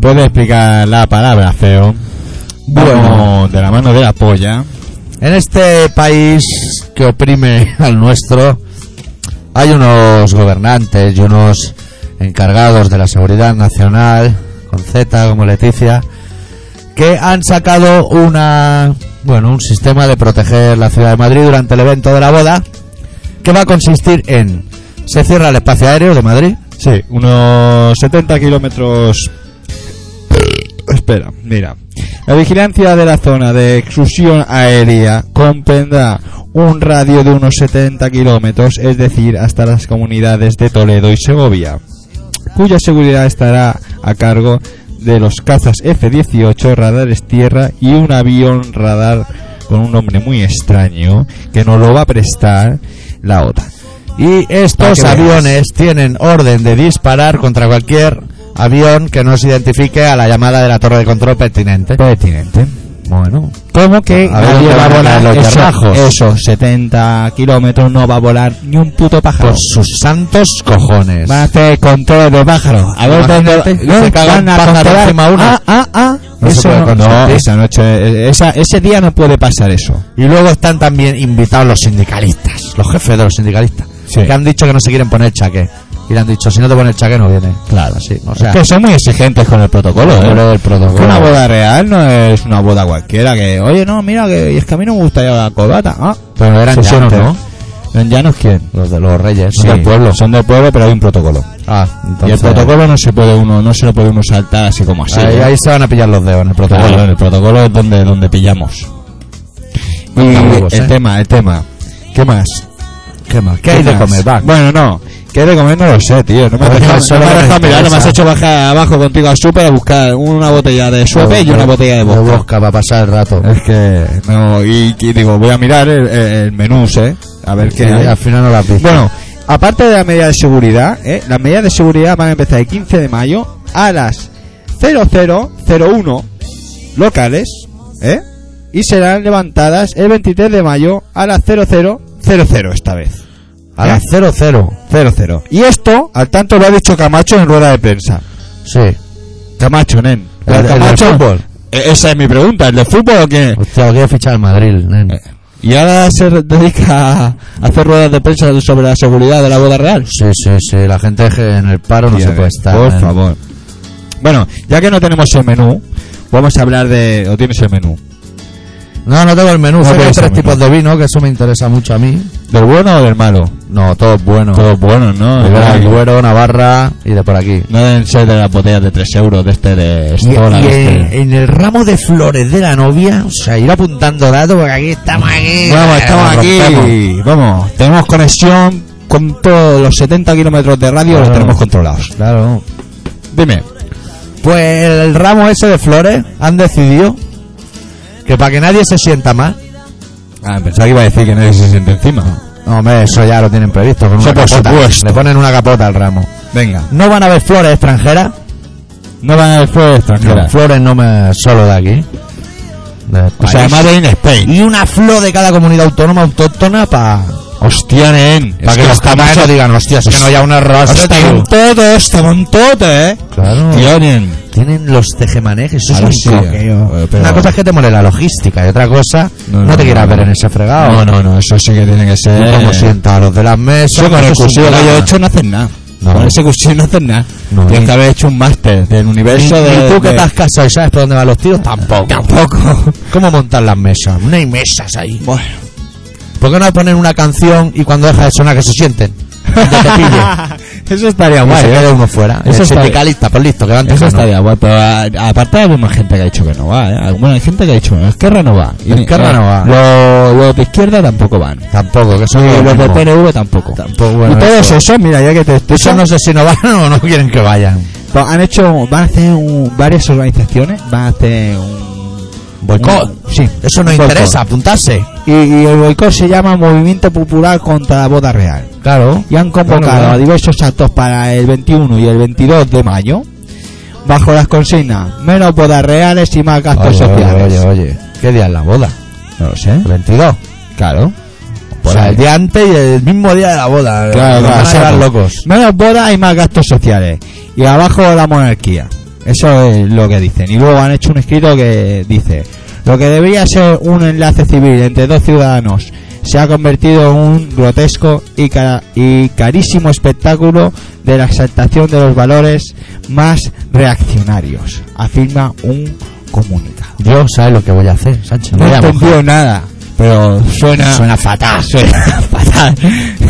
[SPEAKER 1] ¿Puede explicar la palabra feo? Bueno, de la mano de la polla.
[SPEAKER 2] En este país que oprime al nuestro, hay unos gobernantes y unos encargados de la seguridad nacional, con Z como Leticia, que han sacado una, bueno, un sistema de proteger la ciudad de Madrid durante el evento de la boda, que va a consistir en se cierra el espacio aéreo de Madrid,
[SPEAKER 1] Sí, unos 70 kilómetros. Espera, mira. La vigilancia de la zona de exclusión aérea comprenderá un radio de unos 70 kilómetros, es decir, hasta las comunidades de Toledo y Segovia, cuya seguridad estará a cargo de los cazas F-18, radares tierra y un avión radar con un nombre muy extraño que nos lo va a prestar la OTAN.
[SPEAKER 2] y
[SPEAKER 1] Para
[SPEAKER 2] estos
[SPEAKER 1] que veas.
[SPEAKER 2] aviones tienen orden de disparar contra cualquier avión que no se identifique a la llamada de la torre de control pertinente.
[SPEAKER 1] Pertinente.
[SPEAKER 2] Bueno,
[SPEAKER 1] ¿Cómo que
[SPEAKER 2] A ver
[SPEAKER 1] nadie
[SPEAKER 2] dónde
[SPEAKER 1] va a
[SPEAKER 2] van a
[SPEAKER 1] volar
[SPEAKER 2] los
[SPEAKER 1] esos,
[SPEAKER 2] yarrajos?
[SPEAKER 1] esos 70 kilómetros? No va a volar ni un puto pájaro.
[SPEAKER 2] por sus santos cojones.
[SPEAKER 1] van a hacer control de pájaros. A ver dónde
[SPEAKER 2] Imagínate,
[SPEAKER 1] no,
[SPEAKER 2] se caga
[SPEAKER 1] van
[SPEAKER 2] un
[SPEAKER 1] a
[SPEAKER 2] pájaro
[SPEAKER 1] controlar.
[SPEAKER 2] encima uno.
[SPEAKER 1] Ah, ah, ah.
[SPEAKER 2] No se
[SPEAKER 1] eso
[SPEAKER 2] puede
[SPEAKER 1] no,
[SPEAKER 2] controlar.
[SPEAKER 1] no, esa noche, eh, esa- ese día no puede pasar eso.
[SPEAKER 2] Y luego están también invitados los sindicalistas, los jefes de los sindicalistas,
[SPEAKER 1] Sí.
[SPEAKER 2] que han dicho que no se quieren poner el chaqué. Y le han dicho, si no te pones el chaqué no viene. Claro, sí. O sea,
[SPEAKER 1] Es que son muy exigentes con el protocolo.
[SPEAKER 2] Con
[SPEAKER 1] ¿eh?
[SPEAKER 2] lo del protocolo.
[SPEAKER 1] Es que Una boda real no es una boda cualquiera. Que, oye, no, mira, que es que a mí no me gusta llevar la corbata. Ah,
[SPEAKER 2] pero eran
[SPEAKER 1] Sí, sí,
[SPEAKER 2] llanos,
[SPEAKER 1] no.
[SPEAKER 2] ¿no?
[SPEAKER 1] ¿en llanos quién?
[SPEAKER 2] Los de los reyes,
[SPEAKER 1] Son
[SPEAKER 2] del
[SPEAKER 1] del pueblo. Son del pueblo, pero hay un protocolo.
[SPEAKER 2] Ah,
[SPEAKER 1] y el
[SPEAKER 2] entonces...
[SPEAKER 1] protocolo no se puede uno, no se lo puede uno saltar así como así.
[SPEAKER 2] ahí,
[SPEAKER 1] ¿eh?
[SPEAKER 2] ahí se van a pillar los dedos en el protocolo.
[SPEAKER 1] Claro, el protocolo es donde, donde pillamos. Y
[SPEAKER 2] Tampoco,
[SPEAKER 1] el
[SPEAKER 2] ¿eh?
[SPEAKER 1] tema, el tema. ¿Qué más?
[SPEAKER 2] ¿Qué más? ¿Qué hay de
[SPEAKER 1] más?
[SPEAKER 2] comer? Va.
[SPEAKER 1] Bueno, no. ¿Qué hay de comer? No lo sé, tío. No me
[SPEAKER 2] A
[SPEAKER 1] has
[SPEAKER 2] ver,
[SPEAKER 1] dejado,
[SPEAKER 2] eso
[SPEAKER 1] no
[SPEAKER 2] es
[SPEAKER 1] me has
[SPEAKER 2] lo que me
[SPEAKER 1] dejado mirar. No me has
[SPEAKER 2] interesa.
[SPEAKER 1] hecho bajar abajo contigo al súper a buscar una botella de suave y una botella de
[SPEAKER 2] De
[SPEAKER 1] vodka.
[SPEAKER 2] vodka Eh, para pasar el rato.
[SPEAKER 1] Es que, no, y, y digo, voy a mirar el, el- el menú, ¿eh? A ver qué
[SPEAKER 2] Y
[SPEAKER 1] hay.
[SPEAKER 2] al final no las vi.
[SPEAKER 1] Bueno, aparte de la medida de seguridad, ¿eh? las medidas de seguridad van a empezar el 15 de mayo a las 0001 locales ¿eh? y serán levantadas el 23 de mayo a las 0000 esta vez. ¿Eh?
[SPEAKER 2] a las 00.
[SPEAKER 1] 00. Y esto, al tanto, lo ha dicho Camacho en rueda de prensa.
[SPEAKER 2] Sí.
[SPEAKER 1] Camacho, nen.
[SPEAKER 2] ¿El- el de fútbol?
[SPEAKER 1] E- Esa es mi pregunta, ¿el de fútbol o qué?
[SPEAKER 2] Hostia, lo quiero fichar al Madrid, nen.
[SPEAKER 1] Y ahora se dedica a hacer ruedas de prensa sobre la seguridad de la boda real.
[SPEAKER 2] Sí, sí, sí. La gente que en el paro no
[SPEAKER 1] Tía,
[SPEAKER 2] se puede estar.
[SPEAKER 1] Por
[SPEAKER 2] nen.
[SPEAKER 1] favor. Bueno, ya que no tenemos el menú, vamos a hablar de. ¿O tienes el menú?
[SPEAKER 2] No, no tengo el menú.
[SPEAKER 1] No
[SPEAKER 2] Sé que hay
[SPEAKER 1] tienes el
[SPEAKER 2] tres
[SPEAKER 1] menú.
[SPEAKER 2] tipos de vino, que eso me interesa mucho a mí.
[SPEAKER 1] ¿Del bueno o del malo?
[SPEAKER 2] No, todo es bueno.
[SPEAKER 1] Todos buenos, ¿no?
[SPEAKER 2] Ribera del Duero, Navarra y de por aquí.
[SPEAKER 1] No deben ser de las botellas de 3 euros de este de
[SPEAKER 2] Y,
[SPEAKER 1] Stola,
[SPEAKER 2] y,
[SPEAKER 1] de
[SPEAKER 2] eh,
[SPEAKER 1] este.
[SPEAKER 2] en el ramo de flores de la novia, o sea, ir apuntando datos porque aquí pues estamos aquí.
[SPEAKER 1] Vamos, estamos
[SPEAKER 2] Nos rompemos.
[SPEAKER 1] aquí. Vamos, tenemos conexión con todos los 70 kilómetros de radio, los
[SPEAKER 2] Claro.
[SPEAKER 1] tenemos controlados.
[SPEAKER 2] Claro.
[SPEAKER 1] Dime.
[SPEAKER 2] Pues el ramo ese de flores han decidido que para que nadie se sienta más.
[SPEAKER 1] Ah, pensaba que iba a decir que nadie se siente encima.
[SPEAKER 2] No, hombre, eso ya lo tienen previsto. Con
[SPEAKER 1] Eso
[SPEAKER 2] una
[SPEAKER 1] por
[SPEAKER 2] capota.
[SPEAKER 1] supuesto.
[SPEAKER 2] Le ponen una capota al ramo.
[SPEAKER 1] Venga.
[SPEAKER 2] No van a haber flores extranjeras.
[SPEAKER 1] No van a ver flores
[SPEAKER 2] No,
[SPEAKER 1] extranjeras.
[SPEAKER 2] flores no me solo de aquí. De
[SPEAKER 1] o sea,
[SPEAKER 2] París.
[SPEAKER 1] Made in Spain.
[SPEAKER 2] y una flor de cada comunidad autónoma autóctona para
[SPEAKER 1] Hostia, nen.
[SPEAKER 2] que, los camachos digan, hostia, es que no haya una raza. tío".
[SPEAKER 1] Estaban todos, estaban todos, ¿eh?
[SPEAKER 2] Claro.
[SPEAKER 1] Tienen.
[SPEAKER 2] Tienen los tejemanejes, eso
[SPEAKER 1] Ahora
[SPEAKER 2] es
[SPEAKER 1] sí,
[SPEAKER 2] un
[SPEAKER 1] eh.
[SPEAKER 2] coqueo.
[SPEAKER 1] Eh, pero-
[SPEAKER 2] Una cosa es que te mole la logística y otra cosa,
[SPEAKER 1] No,
[SPEAKER 2] no,
[SPEAKER 1] no,
[SPEAKER 2] te quieras
[SPEAKER 1] no,
[SPEAKER 2] ver
[SPEAKER 1] no.
[SPEAKER 2] en ese fregado.
[SPEAKER 1] No, no, no, eso sí que tiene que ser.
[SPEAKER 2] Tú Como sienta a los de las mesas.
[SPEAKER 1] Yo con
[SPEAKER 2] eso
[SPEAKER 1] el
[SPEAKER 2] es un
[SPEAKER 1] cursillo que yo he
[SPEAKER 2] drama.
[SPEAKER 1] hecho no hacen nada.
[SPEAKER 2] No.
[SPEAKER 1] Con ese cursillo no hacen nada.
[SPEAKER 2] No,
[SPEAKER 1] Tienes
[SPEAKER 2] ni-
[SPEAKER 1] que haber hecho un máster del universo
[SPEAKER 2] Y,
[SPEAKER 1] de.
[SPEAKER 2] y tú que
[SPEAKER 1] de-
[SPEAKER 2] te has casado y sabes por dónde van los tiros, tampoco.
[SPEAKER 1] Tampoco.
[SPEAKER 2] ¿Cómo montar las mesas? No hay mesas ahí.
[SPEAKER 1] Bueno.
[SPEAKER 2] ¿Por qué no ponen una canción y cuando deja de sonar que se sienten? Donde te pille.
[SPEAKER 1] Eso estaría
[SPEAKER 2] Y
[SPEAKER 1] guay,
[SPEAKER 2] se
[SPEAKER 1] ¿eh?
[SPEAKER 2] quede uno fuera.
[SPEAKER 1] Eso
[SPEAKER 2] el
[SPEAKER 1] está bien.
[SPEAKER 2] sindicalista, pues listo, que van
[SPEAKER 1] Eso
[SPEAKER 2] tejano.
[SPEAKER 1] estaría guay, pero a- aparte hay alguna gente que ha dicho que no va, ¿eh? Alguna gente que ha dicho, Esquerra no va. Y-
[SPEAKER 2] Esquerra
[SPEAKER 1] eh,
[SPEAKER 2] no va.
[SPEAKER 1] Los, los de izquierda tampoco van.
[SPEAKER 2] Tampoco, que son
[SPEAKER 1] Y
[SPEAKER 2] lo
[SPEAKER 1] los de
[SPEAKER 2] mismo.
[SPEAKER 1] PNV tampoco.
[SPEAKER 2] Tampoco, bueno,
[SPEAKER 1] y todos
[SPEAKER 2] eso-
[SPEAKER 1] esos, mira, ya que te estoy...
[SPEAKER 2] Eso no sé si no van o no quieren que vayan.
[SPEAKER 1] Pues han hecho, van a hacer un- varias organizaciones, van a hacer un
[SPEAKER 2] Boicot.
[SPEAKER 1] un- sí,
[SPEAKER 2] Eso nos
[SPEAKER 1] un boicot.
[SPEAKER 2] interesa, apuntarse.
[SPEAKER 1] Y, y el boicot se llama Movimiento Popular contra la Boda Real.
[SPEAKER 2] Claro.
[SPEAKER 1] Y han convocado
[SPEAKER 2] Bueno, claro.
[SPEAKER 1] a diversos actos para el 21 y el 22 de mayo, bajo las consignas menos bodas reales y más gastos
[SPEAKER 2] Oye, oye,
[SPEAKER 1] sociales.
[SPEAKER 2] oye, oye. ¿Qué día es la boda?
[SPEAKER 1] No lo sé.
[SPEAKER 2] ¿El 22?
[SPEAKER 1] Claro.
[SPEAKER 2] O sea, el día antes y el mismo día de la
[SPEAKER 1] Claro,
[SPEAKER 2] boda. Nos
[SPEAKER 1] claro,
[SPEAKER 2] van a
[SPEAKER 1] exacto.
[SPEAKER 2] llevar locos.
[SPEAKER 1] Menos bodas y más gastos sociales. Y abajo la monarquía. Eso es lo que dicen. Y luego han hecho un escrito que dice, lo que debería ser un enlace civil entre dos ciudadanos se ha convertido en un grotesco y, cara- y carísimo espectáculo de la exaltación de los valores más reaccionarios, afirma un comunicado.
[SPEAKER 2] Yo sabes lo que voy a hacer, Sánchez.
[SPEAKER 1] No
[SPEAKER 2] Me voy a mojar.
[SPEAKER 1] entendió nada, pero suena...
[SPEAKER 2] Suena fatal.
[SPEAKER 1] suena fatal.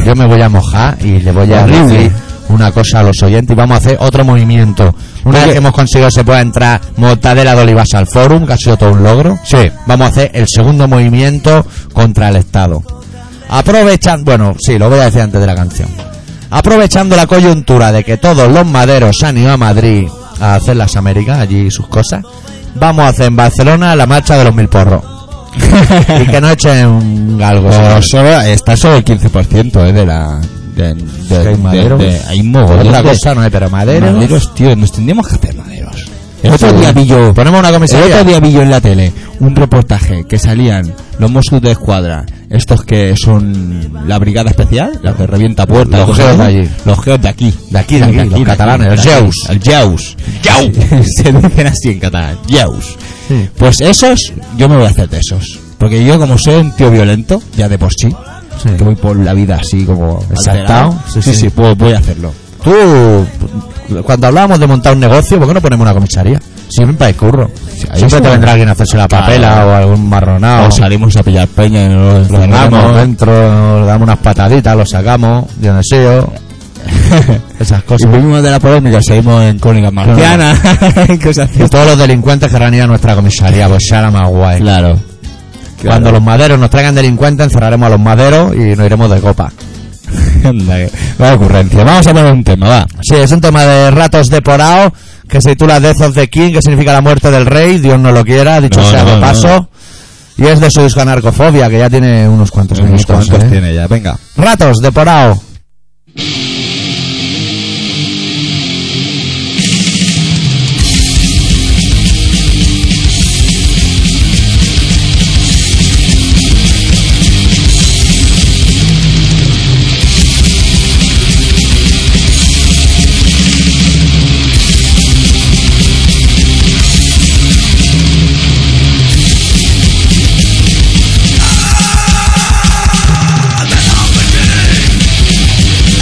[SPEAKER 2] Yo me voy a mojar y le voy a
[SPEAKER 1] Horrible.
[SPEAKER 2] decir una cosa a los oyentes y vamos a hacer otro movimiento. Una vez
[SPEAKER 1] Oye.
[SPEAKER 2] que hemos conseguido se pueda entrar Mortadela de Olivas al Forum, que ha sido todo un logro.
[SPEAKER 1] Sí.
[SPEAKER 2] Vamos a hacer el segundo movimiento contra el Estado. Aprovechando, bueno, sí, lo voy a decir antes de la canción. Aprovechando la coyuntura de que todos los maderos se han ido a Madrid a hacer las Américas, allí sus cosas, vamos a hacer en Barcelona la marcha de los mil porros. y que no echen algo.
[SPEAKER 1] Pero
[SPEAKER 2] señores.
[SPEAKER 1] Pues solo, está solo el 15% eh, de la... De, de-
[SPEAKER 2] Que hay
[SPEAKER 1] de-
[SPEAKER 2] maderos.
[SPEAKER 1] de- hay un mogollón
[SPEAKER 2] Otra
[SPEAKER 1] de-
[SPEAKER 2] cosa no hay, pero maderos.
[SPEAKER 1] Maderos, tío, nos tendríamos que hacer maderos. El otro
[SPEAKER 2] Sí.
[SPEAKER 1] día vi yo,
[SPEAKER 2] Ponemos una
[SPEAKER 1] el
[SPEAKER 2] comisaría.
[SPEAKER 1] otro día vi yo en la tele
[SPEAKER 2] Mm.
[SPEAKER 1] un reportaje que salían los Mossos de Escuadra, estos que son la brigada especial, la que revienta puertas.
[SPEAKER 2] Los
[SPEAKER 1] y cosas
[SPEAKER 2] geos de
[SPEAKER 1] así.
[SPEAKER 2] allí.
[SPEAKER 1] Los geos de aquí.
[SPEAKER 2] De aquí, de aquí, los
[SPEAKER 1] de
[SPEAKER 2] catalanes,
[SPEAKER 1] de
[SPEAKER 2] los
[SPEAKER 1] aquí.
[SPEAKER 2] geus.
[SPEAKER 1] El geus. Se dicen así en catalán, geus.
[SPEAKER 2] Sí.
[SPEAKER 1] Pues esos, yo me voy a hacer de esos. Porque yo como soy un tío violento, ya de por sí,
[SPEAKER 2] Sí.
[SPEAKER 1] que voy por la vida así como
[SPEAKER 2] Exaltado.
[SPEAKER 1] alterado,
[SPEAKER 2] Sí,
[SPEAKER 1] sí, sí,
[SPEAKER 2] sí.
[SPEAKER 1] pues voy a hacerlo.
[SPEAKER 2] Tú, cuando hablábamos de montar un negocio, ¿por qué no ponemos una comisaría? Siempre hay curro.
[SPEAKER 1] ahí
[SPEAKER 2] Siempre
[SPEAKER 1] sí.
[SPEAKER 2] te vendrá alguien a hacerse la papela
[SPEAKER 1] Claro.
[SPEAKER 2] o algún marronado.
[SPEAKER 1] O salimos a pillar peña y nos
[SPEAKER 2] lo metemos
[SPEAKER 1] encerramos.
[SPEAKER 2] dentro, le damos unas pataditas, lo sacamos, Dionisio, esas
[SPEAKER 1] Y
[SPEAKER 2] cosas.
[SPEAKER 1] volvimos de la polémica, seguimos en Crónicas Marcianas. cosas
[SPEAKER 2] Y
[SPEAKER 1] así.
[SPEAKER 2] todos los delincuentes querrán ir a nuestra comisaría, pues será la más guay.
[SPEAKER 1] Claro.
[SPEAKER 2] Cuando los maderos nos traigan delincuentes, encerraremos a los maderos y nos iremos de copa.
[SPEAKER 1] Anda, que- Vaya ocurrencia. Vamos a poner un tema, va.
[SPEAKER 2] Sí, es un tema de ratos deporado que se titula Death of the King, que significa la muerte del rey, Dios no lo quiera, dicho
[SPEAKER 1] No,
[SPEAKER 2] sea
[SPEAKER 1] no,
[SPEAKER 2] de
[SPEAKER 1] no.
[SPEAKER 2] paso. Y es de su disco Anarcofobia, que ya tiene unos cuantos
[SPEAKER 1] Unos
[SPEAKER 2] añitos,
[SPEAKER 1] cuantos
[SPEAKER 2] ¿eh?
[SPEAKER 1] tiene ya, venga.
[SPEAKER 2] Ratos deporado.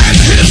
[SPEAKER 5] Thank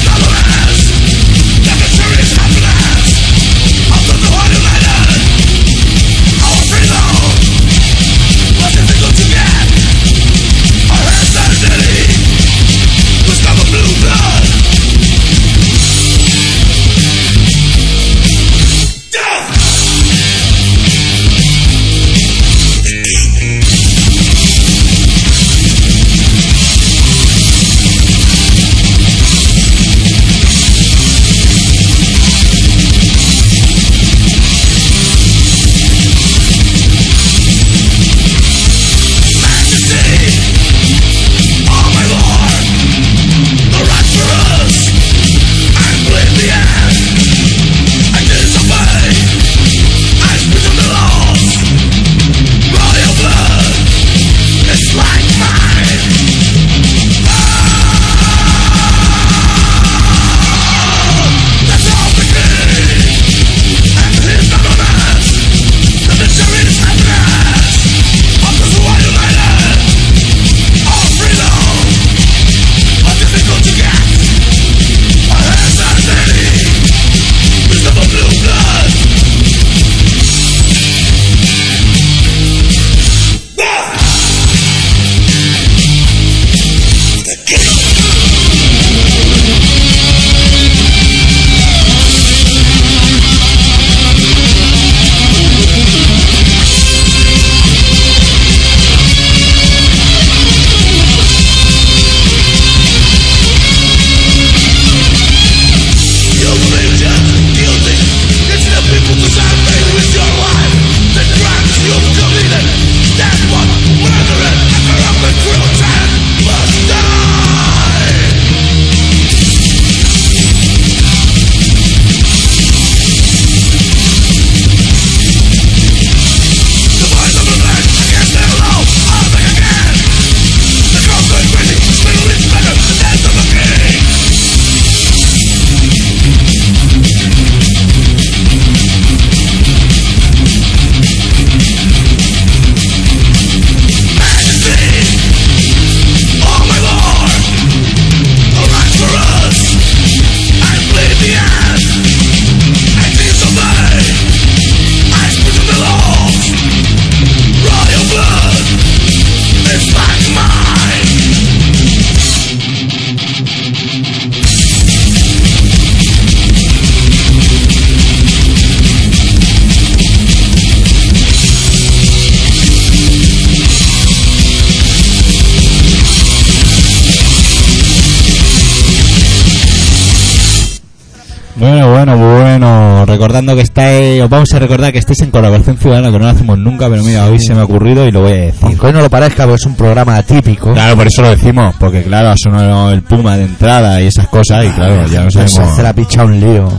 [SPEAKER 1] Bueno, bueno, bueno. Recordando que estáis. Os vamos a recordar que estáis en colaboración ciudadana, que no lo hacemos nunca, pero mira, hoy se me ha ocurrido y lo voy a decir.
[SPEAKER 2] Aunque hoy no lo parezca, porque es un programa atípico.
[SPEAKER 1] Claro, por eso lo decimos, porque claro, ha sonado el puma de entrada y esas cosas, y claro, ya no
[SPEAKER 2] Se
[SPEAKER 1] sabemos.
[SPEAKER 2] hace la picha un lío.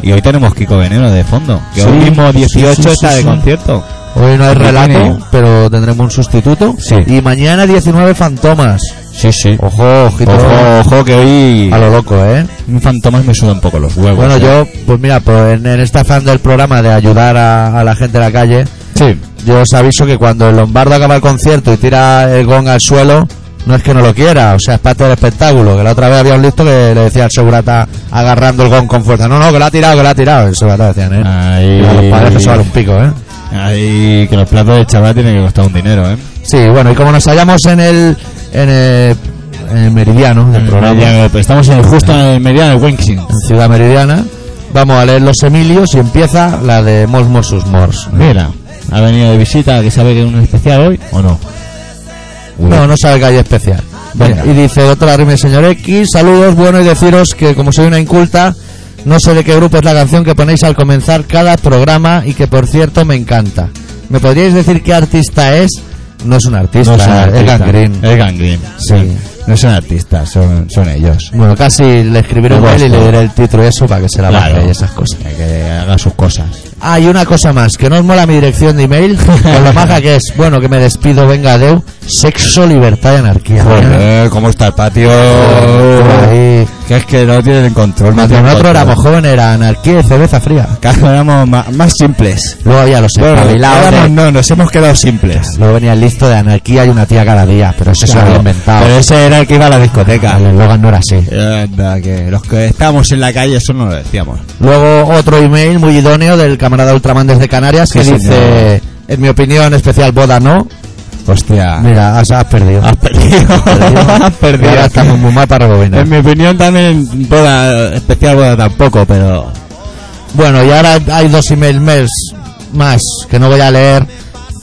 [SPEAKER 1] Y hoy tenemos Kiko Veneno de fondo, que
[SPEAKER 2] Sí,
[SPEAKER 1] hoy mismo
[SPEAKER 2] sí,
[SPEAKER 1] 18
[SPEAKER 2] sí, sí,
[SPEAKER 1] está de
[SPEAKER 2] sí.
[SPEAKER 1] concierto.
[SPEAKER 2] Hoy no hay
[SPEAKER 1] Porque tiene-
[SPEAKER 2] relato, pero tendremos un sustituto.
[SPEAKER 1] Sí.
[SPEAKER 2] Y mañana 19 fantomas.
[SPEAKER 1] Sí, sí.
[SPEAKER 2] Ojo, ojito.
[SPEAKER 1] Ojo, ojo, que hoy.
[SPEAKER 2] A lo loco, ¿eh?
[SPEAKER 1] Un fantasma me suda un poco los huevos.
[SPEAKER 2] Bueno,
[SPEAKER 1] ¿eh?
[SPEAKER 2] yo, pues mira, pues en, en este afán del programa de ayudar a, a la gente de la calle,
[SPEAKER 1] Sí.
[SPEAKER 2] yo os aviso que cuando el Lombardo acaba el concierto y tira el gong al suelo, no es que no lo quiera, o sea, es parte del espectáculo. Que la otra vez había un listo que le decía al segurata agarrando el gong con fuerza: No, no, que lo ha tirado, que lo ha tirado. El segurata decían, ¿eh?
[SPEAKER 1] Ahí.
[SPEAKER 2] Y a los padres que se vale un pico, ¿eh?
[SPEAKER 1] Ahí, que los platos de chaval tienen que costar un dinero, ¿eh?
[SPEAKER 2] Sí, bueno, y como nos hallamos en el, en el, en el meridiano del programa,
[SPEAKER 1] Ya, pues Estamos en el justo en el mediano de Winxing.
[SPEAKER 2] en Ciudad Meridiana, vamos a leer los Emilios y empieza la de Mos Mosus Mors.
[SPEAKER 1] Mira, ha venido de visita, que sabe que es un especial hoy, ¿o no? Uy.
[SPEAKER 2] No, no sabe que hay especial.
[SPEAKER 1] Venga.
[SPEAKER 2] Y dice, doctor Arrime, señor X, saludos, bueno, y deciros que como soy una inculta, no sé de qué grupo es la canción que ponéis al comenzar cada programa y que por cierto me encanta. ¿Me podríais decir qué artista es? No es un artista,
[SPEAKER 1] No son
[SPEAKER 2] es
[SPEAKER 1] artistas.
[SPEAKER 2] Gangreen.
[SPEAKER 1] Es Gangreen.
[SPEAKER 2] Sí.
[SPEAKER 1] No son artistas, son, son ellos.
[SPEAKER 2] Bueno, casi le escribiré un
[SPEAKER 1] Me
[SPEAKER 2] mail y
[SPEAKER 1] gusta.
[SPEAKER 2] le diré el título y eso para que se la baje y esas cosas.
[SPEAKER 1] Que haga sus cosas.
[SPEAKER 2] Ah, y una cosa más, que no os mola mi dirección de email, con lo maja que es, bueno, que me despido, venga, adeu, sexo, libertad y anarquía.
[SPEAKER 1] Joder, ¿cómo está el patio?
[SPEAKER 2] Ahí.
[SPEAKER 1] Que es que no tienen control. no
[SPEAKER 2] Cuando
[SPEAKER 1] tienen
[SPEAKER 2] nosotros
[SPEAKER 1] control.
[SPEAKER 2] éramos jóvenes era anarquía y cerveza fría.
[SPEAKER 1] Cada vez éramos ma- más, simples.
[SPEAKER 2] Luego había los espabilados,
[SPEAKER 1] éramos
[SPEAKER 2] de-
[SPEAKER 1] no, nos hemos quedado simples.
[SPEAKER 2] luego venía el listo de anarquía y una tía cada día, pero eso se lo
[SPEAKER 1] Claro,
[SPEAKER 2] había inventado.
[SPEAKER 1] Pero ese era el que iba a la discoteca.
[SPEAKER 2] El eslogan no era así.
[SPEAKER 1] Anda, que los que estábamos en la calle, eso no lo decíamos.
[SPEAKER 2] Luego otro email muy idóneo del camarada Ultraman desde Canarias que
[SPEAKER 1] Sí,
[SPEAKER 2] dice, en mi opinión especial, boda no.
[SPEAKER 1] Hostia.
[SPEAKER 2] Mira, has, has perdido.
[SPEAKER 1] Has perdido. Has
[SPEAKER 2] Y
[SPEAKER 1] perdido.
[SPEAKER 2] ahora estamos muy mal para rebobinar.
[SPEAKER 1] En mi opinión también boda, especial boda tampoco, pero...
[SPEAKER 2] Bueno, y ahora hay dos emails más, más que no voy a leer,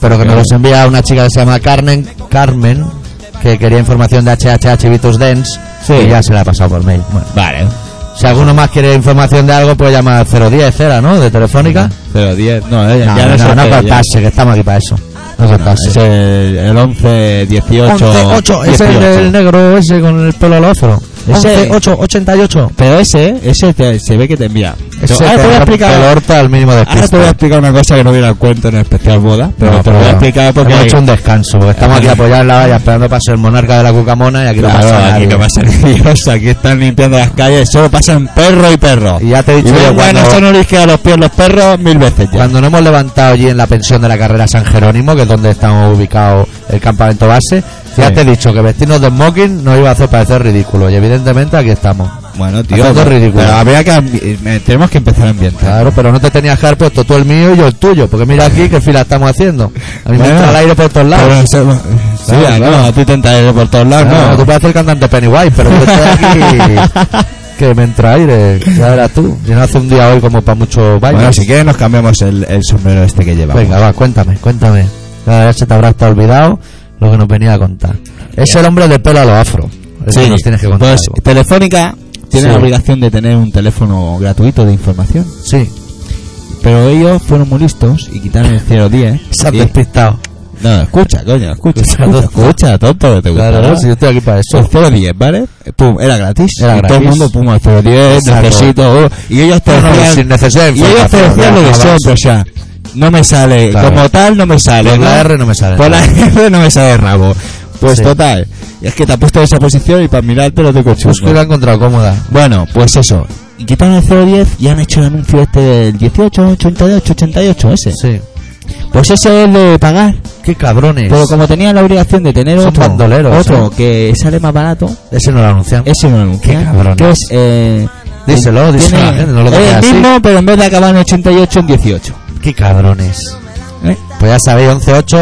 [SPEAKER 2] pero que me los envía una chica que se llama Carmen, Carmen que quería información de HHH Vitus Dance,
[SPEAKER 1] Sí.
[SPEAKER 2] y ya se la ha pasado por mail. Bueno,
[SPEAKER 1] Vale.
[SPEAKER 2] si alguno más quiere información de algo, puede llamar 010, era, ¿no? De Telefónica.
[SPEAKER 1] 010, no, eh,
[SPEAKER 2] No,
[SPEAKER 1] ya
[SPEAKER 2] no,
[SPEAKER 1] se
[SPEAKER 2] no,
[SPEAKER 1] hace, ya.
[SPEAKER 2] cortarse, que estamos aquí para eso. No
[SPEAKER 1] No,
[SPEAKER 2] cortarse.
[SPEAKER 1] es el, el 11, 18...
[SPEAKER 2] 11, 8, ese es el
[SPEAKER 1] 18.
[SPEAKER 2] del negro ese con el pelo al afro.
[SPEAKER 1] Ese-
[SPEAKER 2] 11, 8, 88.
[SPEAKER 1] Pero ese, ese te- se ve que te envía.
[SPEAKER 2] Ese
[SPEAKER 1] ahora,
[SPEAKER 2] te
[SPEAKER 1] te voy a
[SPEAKER 2] rompe
[SPEAKER 1] explicar,
[SPEAKER 2] el orto al mínimo
[SPEAKER 1] ahora te voy a
[SPEAKER 2] despiste.
[SPEAKER 1] explicar una cosa que no viene al cuento en el especial boda, pero
[SPEAKER 2] No,
[SPEAKER 1] te lo voy a
[SPEAKER 2] pero
[SPEAKER 1] explicar porque...
[SPEAKER 2] Hemos hecho un descanso, porque estamos aquí
[SPEAKER 1] Claro.
[SPEAKER 2] apoyando la valla, esperando para ser el monarca de la cucamona y aquí no
[SPEAKER 1] Claro,
[SPEAKER 2] pasa nada.
[SPEAKER 1] aquí no pasa ni Dios, aquí están limpiando las calles, solo pasan perro y perro.
[SPEAKER 2] Y ya te he dicho yo,
[SPEAKER 1] ven,
[SPEAKER 2] cuando-
[SPEAKER 1] bueno, son orisque a los pies los perros mil veces ya.
[SPEAKER 2] Cuando nos hemos levantado allí en la pensión de la carrera San Jerónimo, que es donde estamos ubicados el campamento base, ya
[SPEAKER 1] Sí.
[SPEAKER 2] te he dicho que vestirnos de smoking nos iba a hacer parecer ridículo, y evidentemente aquí estamos.
[SPEAKER 1] Bueno, tío,
[SPEAKER 2] Haciendo
[SPEAKER 1] pero-
[SPEAKER 2] ridículo.
[SPEAKER 1] pero había que, ambi- eh, tenemos que empezar a ambientar.
[SPEAKER 2] Claro, pero no te tenías que haber puesto tú el mío y yo el tuyo, porque mira aquí qué fila estamos haciendo. A mí me
[SPEAKER 1] Bueno,
[SPEAKER 2] entra el aire por todos lados.
[SPEAKER 1] Pero eso- eh, sí,
[SPEAKER 2] Claro,
[SPEAKER 1] a-
[SPEAKER 2] claro.
[SPEAKER 1] a ti te entra aire por todos lados,
[SPEAKER 2] Ah,
[SPEAKER 1] ¿no?
[SPEAKER 2] Tú puedes hacer el cantante Pennywise, pero yo estoy aquí que me entra aire. Ya verás tú. Y no hace un día hoy como para mucho baile.
[SPEAKER 1] Bueno, si quieres nos cambiamos el, el sombrero este que llevamos.
[SPEAKER 2] Venga, va, cuéntame, cuéntame. Cada vez se te habrá hasta olvidado lo que nos venía a contar. Es el hombre de pelo a lo afro. El que nos tienes que contar.
[SPEAKER 1] Pues
[SPEAKER 2] algo.
[SPEAKER 1] Telefónica tiene
[SPEAKER 2] Sí.
[SPEAKER 1] la obligación de tener un teléfono gratuito de información.
[SPEAKER 2] Sí,
[SPEAKER 1] Pero ellos fueron muy listos y quitaron el 010.
[SPEAKER 2] se ha
[SPEAKER 1] y-
[SPEAKER 2] despistado.
[SPEAKER 1] No, escucha, coño, escucha.
[SPEAKER 2] Escucha,
[SPEAKER 1] Escucha, escucha tonto, que te gusta.
[SPEAKER 2] Claro, Pues,
[SPEAKER 1] ¿no?
[SPEAKER 2] si yo estoy aquí para
[SPEAKER 1] El
[SPEAKER 2] eso.
[SPEAKER 1] 010, ¿vale? Pum, era gratis.
[SPEAKER 2] Era
[SPEAKER 1] y todo el
[SPEAKER 2] gratis.
[SPEAKER 1] mundo, pum, al 010,
[SPEAKER 2] Exacto.
[SPEAKER 1] necesito. uh, y ellos te
[SPEAKER 2] No, no,
[SPEAKER 1] decían,
[SPEAKER 2] pues, sin necesidad de
[SPEAKER 1] y ellos te
[SPEAKER 2] información,
[SPEAKER 1] decían lo
[SPEAKER 2] ya,
[SPEAKER 1] que
[SPEAKER 2] no
[SPEAKER 1] son,
[SPEAKER 2] vas.
[SPEAKER 1] o sea, no me sale,
[SPEAKER 2] Claro.
[SPEAKER 1] como tal, no me sale.
[SPEAKER 2] Por la
[SPEAKER 1] ¿no?
[SPEAKER 2] R no me sale.
[SPEAKER 1] Por la R no me sale rabo. Pues
[SPEAKER 2] Sí.
[SPEAKER 1] total, es que te ha puesto en esa posición y para mirarte lo te cochino.
[SPEAKER 2] Pues que lo ha encontrado cómoda.
[SPEAKER 1] Bueno, pues eso. Y quitaron el 010 y han hecho el anuncio este del 18, 88, 88, ese.
[SPEAKER 2] Sí.
[SPEAKER 1] Pues ese es el de pagar.
[SPEAKER 2] Qué cabrones.
[SPEAKER 1] Pero como tenían la obligación de tener
[SPEAKER 2] Son
[SPEAKER 1] otro,
[SPEAKER 2] bandoleros,
[SPEAKER 1] otro
[SPEAKER 2] ¿eh?
[SPEAKER 1] que sale más barato,
[SPEAKER 2] Ese no lo anuncian.
[SPEAKER 1] ese no lo
[SPEAKER 2] Qué
[SPEAKER 1] anuncian.
[SPEAKER 2] cabrones.
[SPEAKER 1] Que es, eh,
[SPEAKER 2] Díselo,
[SPEAKER 1] tiene-
[SPEAKER 2] díselo a la gente, no lo
[SPEAKER 1] es
[SPEAKER 2] dejes
[SPEAKER 1] el
[SPEAKER 2] así.
[SPEAKER 1] mismo, pero en vez de acabar en 88, en 18.
[SPEAKER 2] Qué cabrones.
[SPEAKER 1] ¿eh?
[SPEAKER 2] Pues ya sabéis, 11, 8,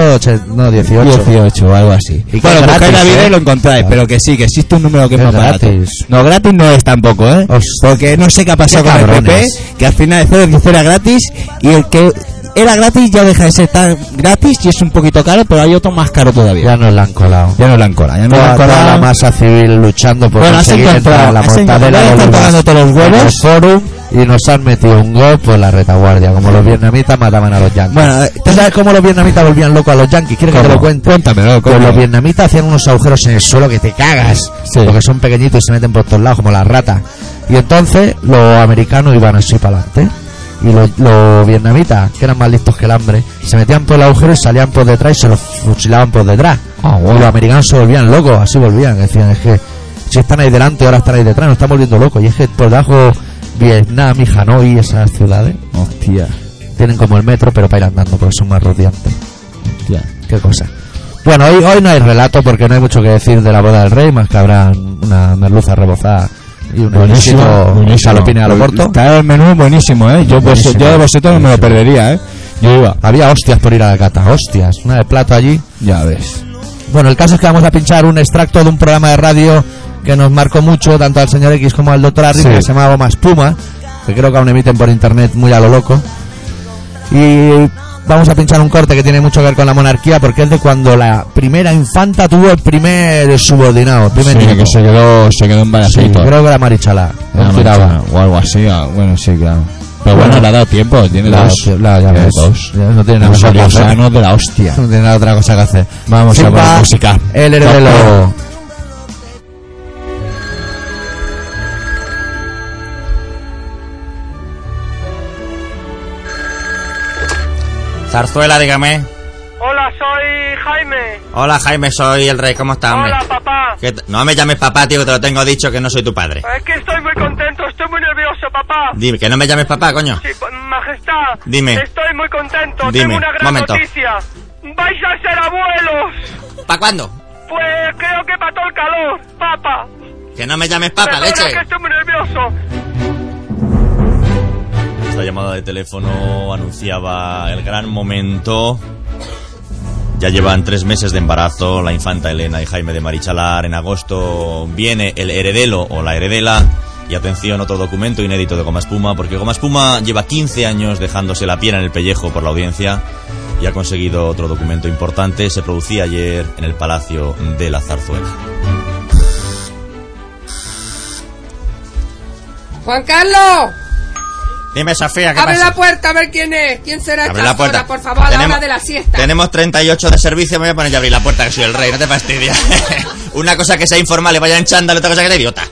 [SPEAKER 2] no, 18.
[SPEAKER 1] 18 o algo así.
[SPEAKER 2] Y que
[SPEAKER 1] bueno,
[SPEAKER 2] es
[SPEAKER 1] buscáis
[SPEAKER 2] gratis,
[SPEAKER 1] la vida
[SPEAKER 2] ¿eh?
[SPEAKER 1] y lo encontráis,
[SPEAKER 2] Claro.
[SPEAKER 1] pero que sí, que existe un número que es,
[SPEAKER 2] Es
[SPEAKER 1] más barato.
[SPEAKER 2] gratis.
[SPEAKER 1] No, gratis no es tampoco, ¿eh?
[SPEAKER 2] Hostia.
[SPEAKER 1] Porque no sé qué ha pasado
[SPEAKER 2] Qué
[SPEAKER 1] con el PP,
[SPEAKER 2] cabrones.
[SPEAKER 1] que al final de 0 era gratis y el que era gratis, ya deja de ser tan gratis y es un poquito caro, pero hay otro más caro todavía.
[SPEAKER 2] Ya nos la han colado.
[SPEAKER 1] Ya no la han colado, ya no la
[SPEAKER 2] Toda,
[SPEAKER 1] han
[SPEAKER 2] toda
[SPEAKER 1] colado.
[SPEAKER 2] la masa civil luchando por
[SPEAKER 1] Bueno, has
[SPEAKER 2] conseguir entrar
[SPEAKER 1] encontrado,
[SPEAKER 2] a la
[SPEAKER 1] has encontrado,
[SPEAKER 2] mortadela
[SPEAKER 1] ya
[SPEAKER 2] de
[SPEAKER 1] están
[SPEAKER 2] Olivas.
[SPEAKER 1] tocándote los huevos.
[SPEAKER 2] En el forum y nos han metido un gol por la retaguardia, como los vietnamitas mataban a los yanquis.
[SPEAKER 1] Bueno, eh,
[SPEAKER 2] ¿tú sabes cómo los vietnamitas volvían locos a los yanquis? ¿Quieres que te lo
[SPEAKER 1] ¿Cómo?
[SPEAKER 2] cuente?
[SPEAKER 1] Cuéntamelo,
[SPEAKER 2] Pues
[SPEAKER 1] ¿cómo?
[SPEAKER 2] los vietnamitas hacían unos agujeros en el suelo que te cagas,
[SPEAKER 1] Sí.
[SPEAKER 2] porque son pequeñitos y se meten por todos lados como las ratas. Y entonces los americanos iban así para adelante. Y los, los vietnamitas, que eran más listos que el hambre, se metían por el agujero y salían por detrás y se los fusilaban por detrás.
[SPEAKER 1] Ah, bueno.
[SPEAKER 2] Y los americanos se volvían locos, así volvían. Decían, es que si están ahí delante, ahora están ahí detrás, nos están volviendo locos. Y es que por debajo Vietnam y Hanoi, esas ciudades,
[SPEAKER 1] Hostia,
[SPEAKER 2] tienen como el metro, pero para ir andando, porque son más rodeantes.
[SPEAKER 1] hostia.
[SPEAKER 2] Qué cosa. Bueno, hoy, hoy no hay relato porque no hay mucho que decir de la boda del rey, más que habrá una merluza rebozada y un buenísimo salopines a lo corto.
[SPEAKER 1] Está el menú buenísimo, ¿eh? Yo, pues,
[SPEAKER 2] Buenísimo,
[SPEAKER 1] yo de vosotros no me lo
[SPEAKER 2] buenísimo.
[SPEAKER 1] perdería, ¿eh? Yo iba.
[SPEAKER 2] Había hostias por ir a la cata, hostias, una de plato allí.
[SPEAKER 1] Ya ves.
[SPEAKER 2] Bueno, el caso es que vamos a pinchar un extracto de un programa de radio que nos marcó mucho, tanto al señor X como al doctor Arriba,
[SPEAKER 1] Sí.
[SPEAKER 2] que se llamaba Goma Espuma, que creo que aún emiten por internet muy a lo loco. Y vamos a pinchar un corte que tiene mucho que ver con la monarquía, porque es de cuando la primera infanta tuvo el primer subordinado, el primer
[SPEAKER 1] Sí,
[SPEAKER 2] nieto.
[SPEAKER 1] que se quedó, se quedó ¿eh?
[SPEAKER 2] Sí,
[SPEAKER 1] embarazadito.
[SPEAKER 2] creo que era Marichalá.
[SPEAKER 1] Era
[SPEAKER 2] Él giraba.
[SPEAKER 1] manchana, o algo así, ah, bueno, sí, claro. Pero bueno,
[SPEAKER 2] Bueno.
[SPEAKER 1] le ha dado tiempo, tiene
[SPEAKER 2] La-
[SPEAKER 1] dos.
[SPEAKER 2] la- ya
[SPEAKER 1] Tiene
[SPEAKER 2] ves.
[SPEAKER 1] dos.
[SPEAKER 2] Ya no tiene nada
[SPEAKER 1] Unos
[SPEAKER 2] mejor que hacer.
[SPEAKER 1] gusanos de la hostia.
[SPEAKER 2] No tiene nada otra cosa que hacer. Vamos
[SPEAKER 1] Simba,
[SPEAKER 2] a poner música. Él es de los...
[SPEAKER 5] Zarzuela, dígame.
[SPEAKER 6] Hola, soy Jaime.
[SPEAKER 5] Hola, Jaime, soy el rey. ¿Cómo estás, hombre?
[SPEAKER 6] Hola, papá.
[SPEAKER 5] ¿Qué t- no me llames papá, tío, que te lo tengo dicho que no soy tu padre.
[SPEAKER 6] Es que estoy muy contento, estoy muy nervioso, papá.
[SPEAKER 5] Dime, que no me llames papá, coño.
[SPEAKER 6] Sí, pa- majestad.
[SPEAKER 5] Dime.
[SPEAKER 6] Estoy muy contento,
[SPEAKER 5] Dime,
[SPEAKER 6] tengo una gran
[SPEAKER 5] momento.
[SPEAKER 6] noticia. Vais a ser abuelos.
[SPEAKER 5] ¿Para cuándo?
[SPEAKER 6] Pues creo que para todo el calor, papá.
[SPEAKER 5] Que no me llames papá,
[SPEAKER 6] Perdona
[SPEAKER 5] leche.
[SPEAKER 6] que estoy muy nervioso.
[SPEAKER 7] Esta llamada de teléfono anunciaba el gran momento. Ya llevan tres meses de embarazo la infanta Elena y Jaime de Marichalar. En agosto viene el heredelo o la heredela. Y atención, otro documento inédito de Goma Espuma, porque Goma Espuma lleva 15 años dejándose la piel en el pellejo por la audiencia y ha conseguido otro documento importante. Se producía ayer en el Palacio de la Zarzuela.
[SPEAKER 8] Juan Carlos,
[SPEAKER 7] Dime, Sofía,
[SPEAKER 8] abre la puerta a ver quién es. ¿Quién será
[SPEAKER 7] Abre
[SPEAKER 8] esta
[SPEAKER 7] la puerta.
[SPEAKER 8] zona, por favor, a la hora de la siesta?
[SPEAKER 7] Tenemos 38 de servicio, me voy a poner yo a abrir la puerta, que soy el rey, no te fastidies. Una cosa que sea informal y vaya en chándal, otra cosa que sea idiota.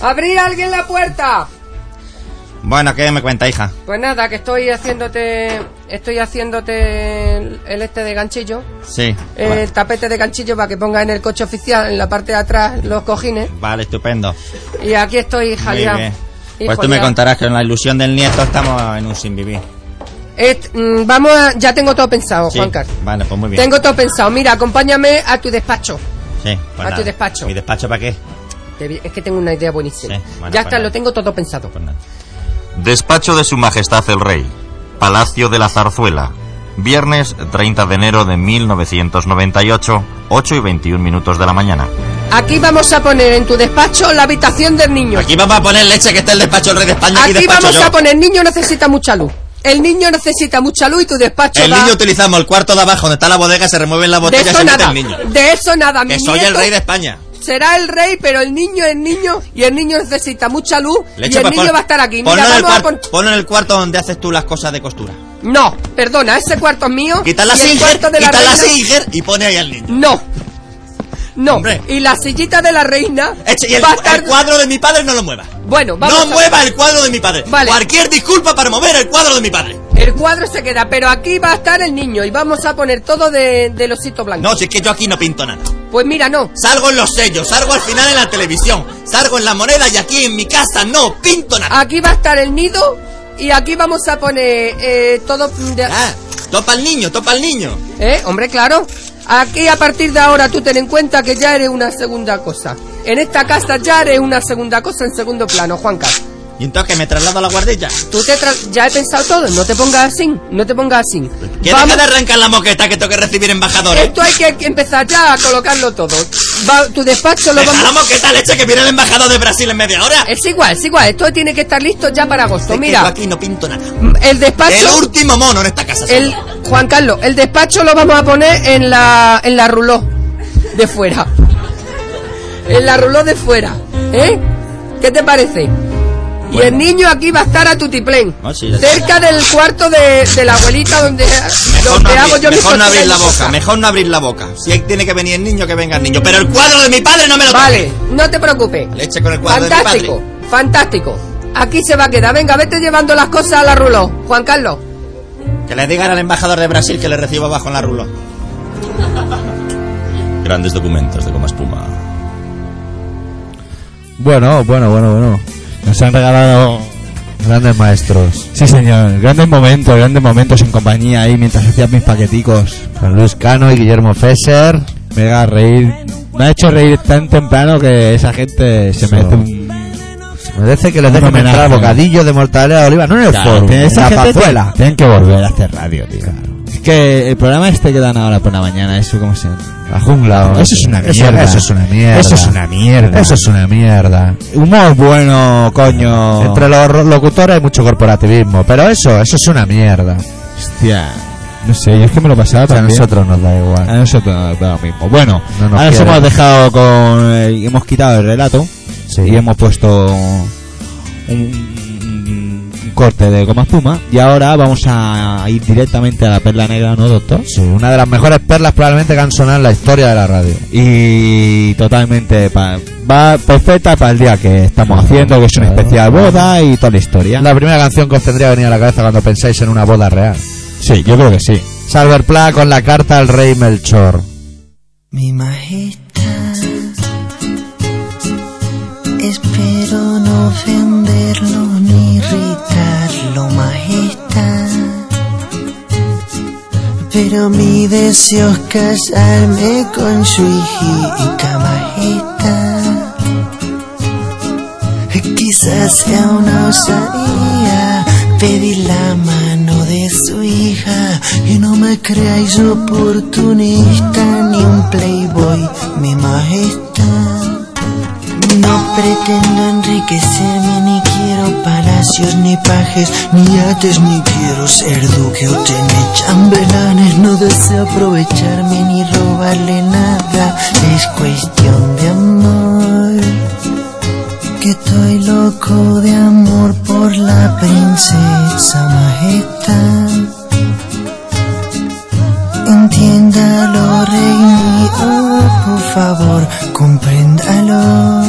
[SPEAKER 8] ¡Abrir alguien la puerta!
[SPEAKER 7] Bueno, ¿qué me cuenta, hija?
[SPEAKER 8] Pues nada, que estoy haciéndote. Estoy haciéndote el, el este de ganchillo.
[SPEAKER 7] Sí.
[SPEAKER 8] El tapete de ganchillo para que ponga en el coche oficial, en la parte de atrás, los cojines.
[SPEAKER 7] Vale, estupendo.
[SPEAKER 8] Y aquí estoy, hija
[SPEAKER 7] Muy
[SPEAKER 8] ya.
[SPEAKER 7] bien.
[SPEAKER 8] Hijo
[SPEAKER 7] Pues tú me
[SPEAKER 8] ya.
[SPEAKER 7] contarás que con la ilusión del nieto estamos en un sin vivir.
[SPEAKER 8] Et- mm, vamos a- Ya tengo todo pensado,
[SPEAKER 7] Sí.
[SPEAKER 8] Juan Carlos.
[SPEAKER 7] Vale, pues muy bien.
[SPEAKER 8] Tengo todo pensado. Mira, acompáñame a tu despacho.
[SPEAKER 7] Sí, pues
[SPEAKER 8] a
[SPEAKER 7] nada.
[SPEAKER 8] tu despacho.
[SPEAKER 7] ¿Mi despacho para qué?
[SPEAKER 8] Te vi- Es que tengo una idea buenísima.
[SPEAKER 7] Sí, bueno,
[SPEAKER 8] ya
[SPEAKER 7] pues
[SPEAKER 8] está,
[SPEAKER 7] nada.
[SPEAKER 8] lo tengo todo pensado.
[SPEAKER 7] Pues nada.
[SPEAKER 9] Despacho de Su Majestad el Rey, Palacio de la Zarzuela, viernes 30 de enero de 1998, 8 y 21 minutos de la mañana.
[SPEAKER 8] Aquí vamos a poner en tu despacho la habitación del niño. Aquí,
[SPEAKER 7] Aquí vamos a poner leche, que está el despacho del rey de España. Aquí, despacho
[SPEAKER 8] vamos
[SPEAKER 7] yo.
[SPEAKER 8] a poner niño necesita mucha luz. El niño necesita mucha luz y tu despacho
[SPEAKER 7] El
[SPEAKER 8] va-
[SPEAKER 7] niño utilizamos el cuarto de abajo, donde está la bodega, se remueven las
[SPEAKER 8] de
[SPEAKER 7] botellas y
[SPEAKER 8] eso
[SPEAKER 7] se mete
[SPEAKER 8] nada.
[SPEAKER 7] el niño.
[SPEAKER 8] De eso nada. Mi
[SPEAKER 7] Que soy
[SPEAKER 8] nieto
[SPEAKER 7] el rey de España.
[SPEAKER 8] Será el rey, pero el niño es niño y el niño necesita mucha luz
[SPEAKER 7] Le
[SPEAKER 8] y
[SPEAKER 7] echo
[SPEAKER 8] el
[SPEAKER 7] pa-
[SPEAKER 8] niño
[SPEAKER 7] pon-
[SPEAKER 8] va a estar aquí.
[SPEAKER 7] Ponlo,
[SPEAKER 8] Mira,
[SPEAKER 7] en el
[SPEAKER 8] vamos a
[SPEAKER 7] cuar-
[SPEAKER 8] pon-
[SPEAKER 7] ponlo en el cuarto donde haces tú las cosas de costura.
[SPEAKER 8] No, perdona, ese cuarto es mío.
[SPEAKER 7] Quita la
[SPEAKER 8] y el
[SPEAKER 7] Singer,
[SPEAKER 8] cuarto de la
[SPEAKER 7] quita la
[SPEAKER 8] reina-
[SPEAKER 7] Singer y pone ahí al niño.
[SPEAKER 8] No. No.
[SPEAKER 7] Hombre.
[SPEAKER 8] Y la sillita de la reina
[SPEAKER 7] Eche- y el,
[SPEAKER 8] va a
[SPEAKER 7] el
[SPEAKER 8] estar...
[SPEAKER 7] cuadro de mi padre no lo mueva.
[SPEAKER 8] Bueno, vamos
[SPEAKER 7] No
[SPEAKER 8] a-
[SPEAKER 7] mueva el cuadro de mi padre.
[SPEAKER 8] Vale.
[SPEAKER 7] Cualquier disculpa para mover el cuadro de mi padre.
[SPEAKER 8] El cuadro se queda, pero aquí va a estar el niño y vamos a poner todo de, del osito blanco.
[SPEAKER 7] No, si es que yo aquí no pinto nada.
[SPEAKER 8] Pues mira, no.
[SPEAKER 7] Salgo en los sellos, salgo al final en la televisión, salgo en la moneda y aquí en mi casa no pinto nada.
[SPEAKER 8] Aquí va a estar el nido y aquí vamos a poner eh, todo... de-
[SPEAKER 7] Ah, topa al niño, topa al niño.
[SPEAKER 8] ¿Eh? Hombre, claro. Aquí a partir de ahora tú ten en cuenta que ya eres una segunda cosa. En esta casa ya eres una segunda cosa en segundo plano, Juanca.
[SPEAKER 5] Y entonces que me traslado a la guardilla.
[SPEAKER 8] Tú te tra- ya he pensado todo, no te pongas así, no te pongas así.
[SPEAKER 5] ¿Quieres que te arrancan la moqueta que tengo que recibir embajadores?
[SPEAKER 8] Esto hay que empezar ya a colocarlo todo. Va- tu despacho lo
[SPEAKER 5] Deja la
[SPEAKER 8] vamos...
[SPEAKER 5] moqueta leche que viene el embajador de Brasil en media hora.
[SPEAKER 8] Es igual, es igual, esto tiene que estar listo ya para agosto.
[SPEAKER 5] Es que yo
[SPEAKER 8] Mira,
[SPEAKER 5] aquí no pinto nada.
[SPEAKER 8] el
[SPEAKER 5] El
[SPEAKER 8] despacho...
[SPEAKER 5] último mono en esta casa. soy
[SPEAKER 8] El,
[SPEAKER 5] yo.
[SPEAKER 8] Juan Carlos, el despacho lo vamos a poner en la, en la ruló de fuera. En la ruló de fuera. ¿Eh? ¿Qué te parece? Y el
[SPEAKER 5] Bueno.
[SPEAKER 8] niño aquí va a estar a tutiplén.
[SPEAKER 5] No, sí, ya-
[SPEAKER 8] cerca del cuarto de, de la abuelita donde,
[SPEAKER 5] Mejor no,
[SPEAKER 8] donde hago
[SPEAKER 5] abrir,
[SPEAKER 8] yo mis
[SPEAKER 5] mejor no
[SPEAKER 8] costuras
[SPEAKER 5] abrir
[SPEAKER 8] y
[SPEAKER 5] la
[SPEAKER 8] mis
[SPEAKER 5] boca,
[SPEAKER 8] cosas.
[SPEAKER 5] mejor no abrir la boca. Si hay- tiene que venir el niño, que venga el niño. Pero el cuadro de mi padre no me lo
[SPEAKER 8] Vale,
[SPEAKER 5] toque.
[SPEAKER 8] no te preocupes.
[SPEAKER 5] Leche con el cuadro de mi
[SPEAKER 8] Fantástico,
[SPEAKER 5] padre.
[SPEAKER 8] fantástico. Aquí se va a quedar. Venga, vete llevando las cosas a la ruló. Juan Carlos.
[SPEAKER 5] Que le digan al embajador de Brasil que le recibo bajo en la rulo.
[SPEAKER 7] Grandes documentos de goma espuma.
[SPEAKER 2] Bueno, bueno, bueno, bueno.
[SPEAKER 1] Nos han regalado.
[SPEAKER 2] Grandes maestros.
[SPEAKER 1] Sí, señor. Grandes momentos, grandes momentos en compañía ahí mientras hacías mis paqueticos.
[SPEAKER 2] Juan Luis Cano y Guillermo Fesser.
[SPEAKER 1] Me haga reír. Me ha hecho reír tan temprano que esa gente se
[SPEAKER 2] Eso.
[SPEAKER 1] merece un.
[SPEAKER 2] Merece que les
[SPEAKER 1] Un
[SPEAKER 2] dejen
[SPEAKER 1] homenaje.
[SPEAKER 2] entrar bocadillo de mortadela de oliva, no en el
[SPEAKER 1] Claro,
[SPEAKER 2] foro,
[SPEAKER 1] tiene-
[SPEAKER 2] en
[SPEAKER 1] esa
[SPEAKER 2] la
[SPEAKER 1] gente
[SPEAKER 2] pazuela.
[SPEAKER 1] tiene- tienen que volver a hacer radio, tío. Es que el programa este que dan ahora por la mañana, eso como se.
[SPEAKER 2] La jungla.
[SPEAKER 1] Eso es una
[SPEAKER 2] Eso-
[SPEAKER 1] mierda.
[SPEAKER 2] Eso, es una mierda.
[SPEAKER 1] Eso es una mierda.
[SPEAKER 2] Eso es una mierda.
[SPEAKER 1] Humor bueno, coño.
[SPEAKER 2] Entre los ro- locutores hay mucho corporativismo, pero eso, eso es una mierda.
[SPEAKER 1] Hostia. No sé, yo es que me lo pasaba
[SPEAKER 2] O sea, a
[SPEAKER 1] también.
[SPEAKER 2] nosotros nos da
[SPEAKER 1] A
[SPEAKER 2] igual.
[SPEAKER 1] nosotros da lo mismo. Bueno,
[SPEAKER 2] No nos
[SPEAKER 1] ahora os
[SPEAKER 2] quieren.
[SPEAKER 1] hemos dejado con. el- hemos quitado el relato
[SPEAKER 2] Sí.
[SPEAKER 1] y hemos puesto un, un- un corte de goma espuma. Y ahora vamos a ir directamente a la perla negra, ¿no, doctor?
[SPEAKER 2] Sí, una de las mejores perlas probablemente que han sonado en la historia de la radio.
[SPEAKER 1] Y totalmente pa- va perfecta para el día que estamos haciendo, que es una
[SPEAKER 2] Claro.
[SPEAKER 1] especial boda y toda la historia.
[SPEAKER 2] La primera canción que os tendría que venir a la cabeza cuando pensáis en una boda real.
[SPEAKER 1] Sí, yo creo que sí.
[SPEAKER 2] Salver Pla con la carta al rey Melchor.
[SPEAKER 10] Mi majestad, espero no ofenderlo ni irritarlo, majestad. Pero mi deseo es casarme con su hijita, majestad. Quizás sea una osadía pedir la mano de su hija y no me creáis oportunista ni un playboy, mi majestad. No pretendo enriquecerme, ni quiero palacios, ni pajes, ni yates, ni quiero ser duque o tener chambelanes. No deseo aprovecharme ni robarle nada, es cuestión de amor que estoy loco de amor por la princesa majestad. Entiéndalo, rey mío, por favor, compréndalo.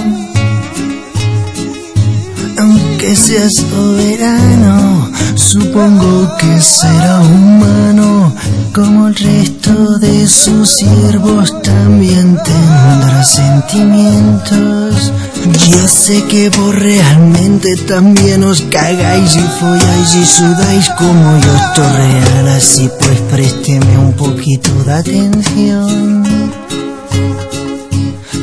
[SPEAKER 10] Aunque sea soberano, supongo que será humano, como el resto de sus siervos también tendrá sentimientos. Yo sé que vos realmente también os cagáis y folláis y sudáis como yo estoy real, así pues présteme un poquito de atención.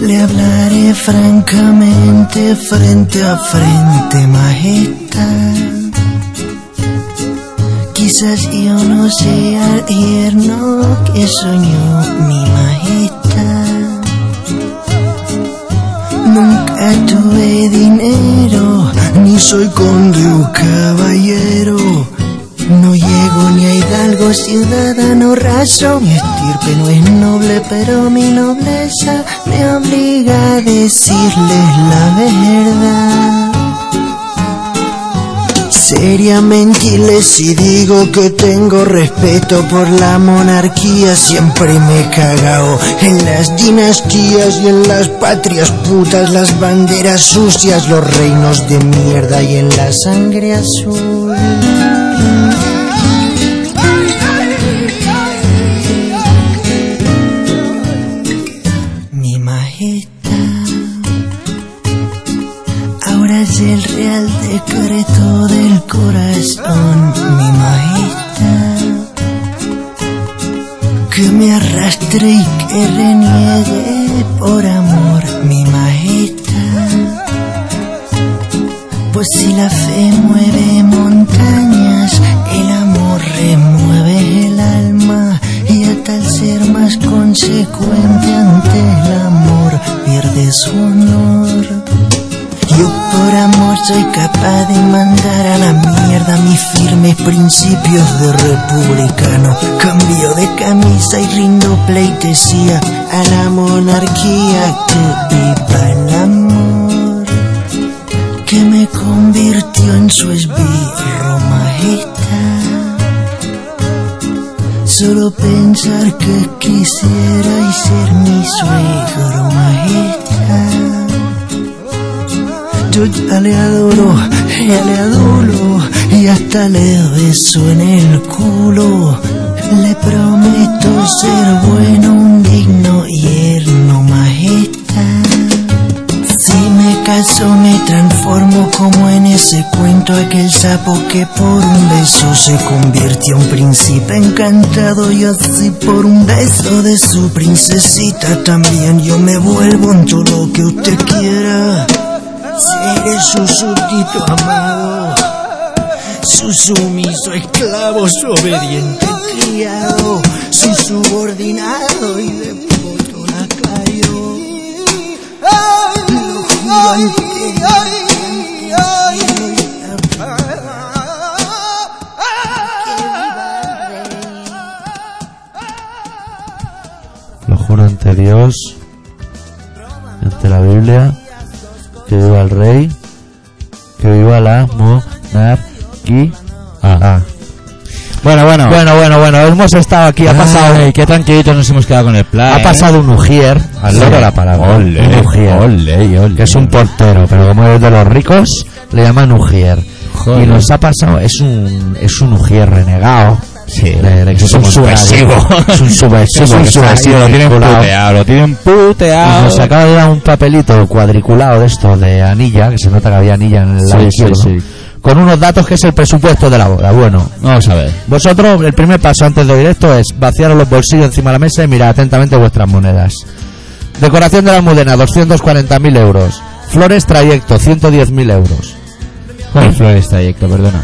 [SPEAKER 10] Le hablaré francamente frente a frente, majestad. Quizás yo no sea el yerno que soñó mi majestad. Nunca tuve dinero, ni soy conde o caballero. No llego ni a hidalgo, ciudadano raso. Mi estirpe no es noble, pero mi nobleza me obliga a decirles la verdad. Sería mentirles si digo que tengo respeto por la monarquía. Siempre me he cagao en las dinastías y en las patrias putas, las banderas sucias, los reinos de mierda y en la sangre azul. Mi majestad. Ahora es el real decreto del corazón, mi majestad. Que me arrastre y que reniegue por amor, mi majestad. Pues si la fe mueve montañas, el amor remueve el alma y hasta el ser más consecuente ante el amor pierde su honor. Yo por amor soy capaz de mandar a la mierda mis firmes principios de republicano. Cambio de camisa y rindo pleitesía a la monarquía que viva el amor. Que me convirtió en su esbirro majestad. Solo pensar que quisiera y ser mi suegro majestad. Yo ya le adoro, ya le adoro y hasta le beso en el culo. Le prometo ser bueno, un digno yerno majestad. Si me caso me transformo como en ese cuento aquel sapo que por un beso se convirtió en príncipe encantado y así por un beso de su princesita también yo me vuelvo en todo lo que usted quiera. Seré su súbdito amado, su sumiso esclavo, su obediente criado, su subordinado y de voto lacayo. Lo juro ante
[SPEAKER 2] Lo juro ante Dios, ante la Biblia, que viva el rey, que viva la monarquía. Ah.
[SPEAKER 1] Bueno, bueno.
[SPEAKER 2] Bueno, bueno, bueno, hemos estado aquí, ha pasado,
[SPEAKER 1] Ay, qué tranquilitos nos hemos quedado con el ¿eh? plan.
[SPEAKER 2] ha pasado un ujier, eh, al loro
[SPEAKER 1] Sí.
[SPEAKER 2] la palabra,
[SPEAKER 1] Ole,
[SPEAKER 2] un ujier,
[SPEAKER 1] ole, ole.
[SPEAKER 2] que es un portero, pero como es de los ricos, le llaman ujier.
[SPEAKER 1] Joder.
[SPEAKER 2] Y nos ha pasado, es un, es un ujier renegado.
[SPEAKER 1] Sí,
[SPEAKER 2] Le- le-
[SPEAKER 1] es un subversivo.
[SPEAKER 2] Es un subversivo.
[SPEAKER 1] Es un
[SPEAKER 2] que está ahí
[SPEAKER 1] subversivo, lo tienen
[SPEAKER 2] vinculado.
[SPEAKER 1] puteado, lo tienen
[SPEAKER 2] Y
[SPEAKER 1] puteado.
[SPEAKER 2] nos acaba de dar un papelito cuadriculado de esto de anilla, que se nota que había anilla en el
[SPEAKER 1] Sí,
[SPEAKER 2] lado
[SPEAKER 1] sí,
[SPEAKER 2] izquierdo,
[SPEAKER 1] sí.
[SPEAKER 2] con unos datos que es el presupuesto de la boda. Bueno,
[SPEAKER 1] Vamos a ver.
[SPEAKER 2] vosotros el primer paso antes de oír esto es vaciaros los bolsillos encima de la mesa y mirad atentamente vuestras monedas. Decoración de la almudena, 240.000 euros. Flores trayecto, 110.000 euros.
[SPEAKER 1] Joder, Flores Trayecto, perdona.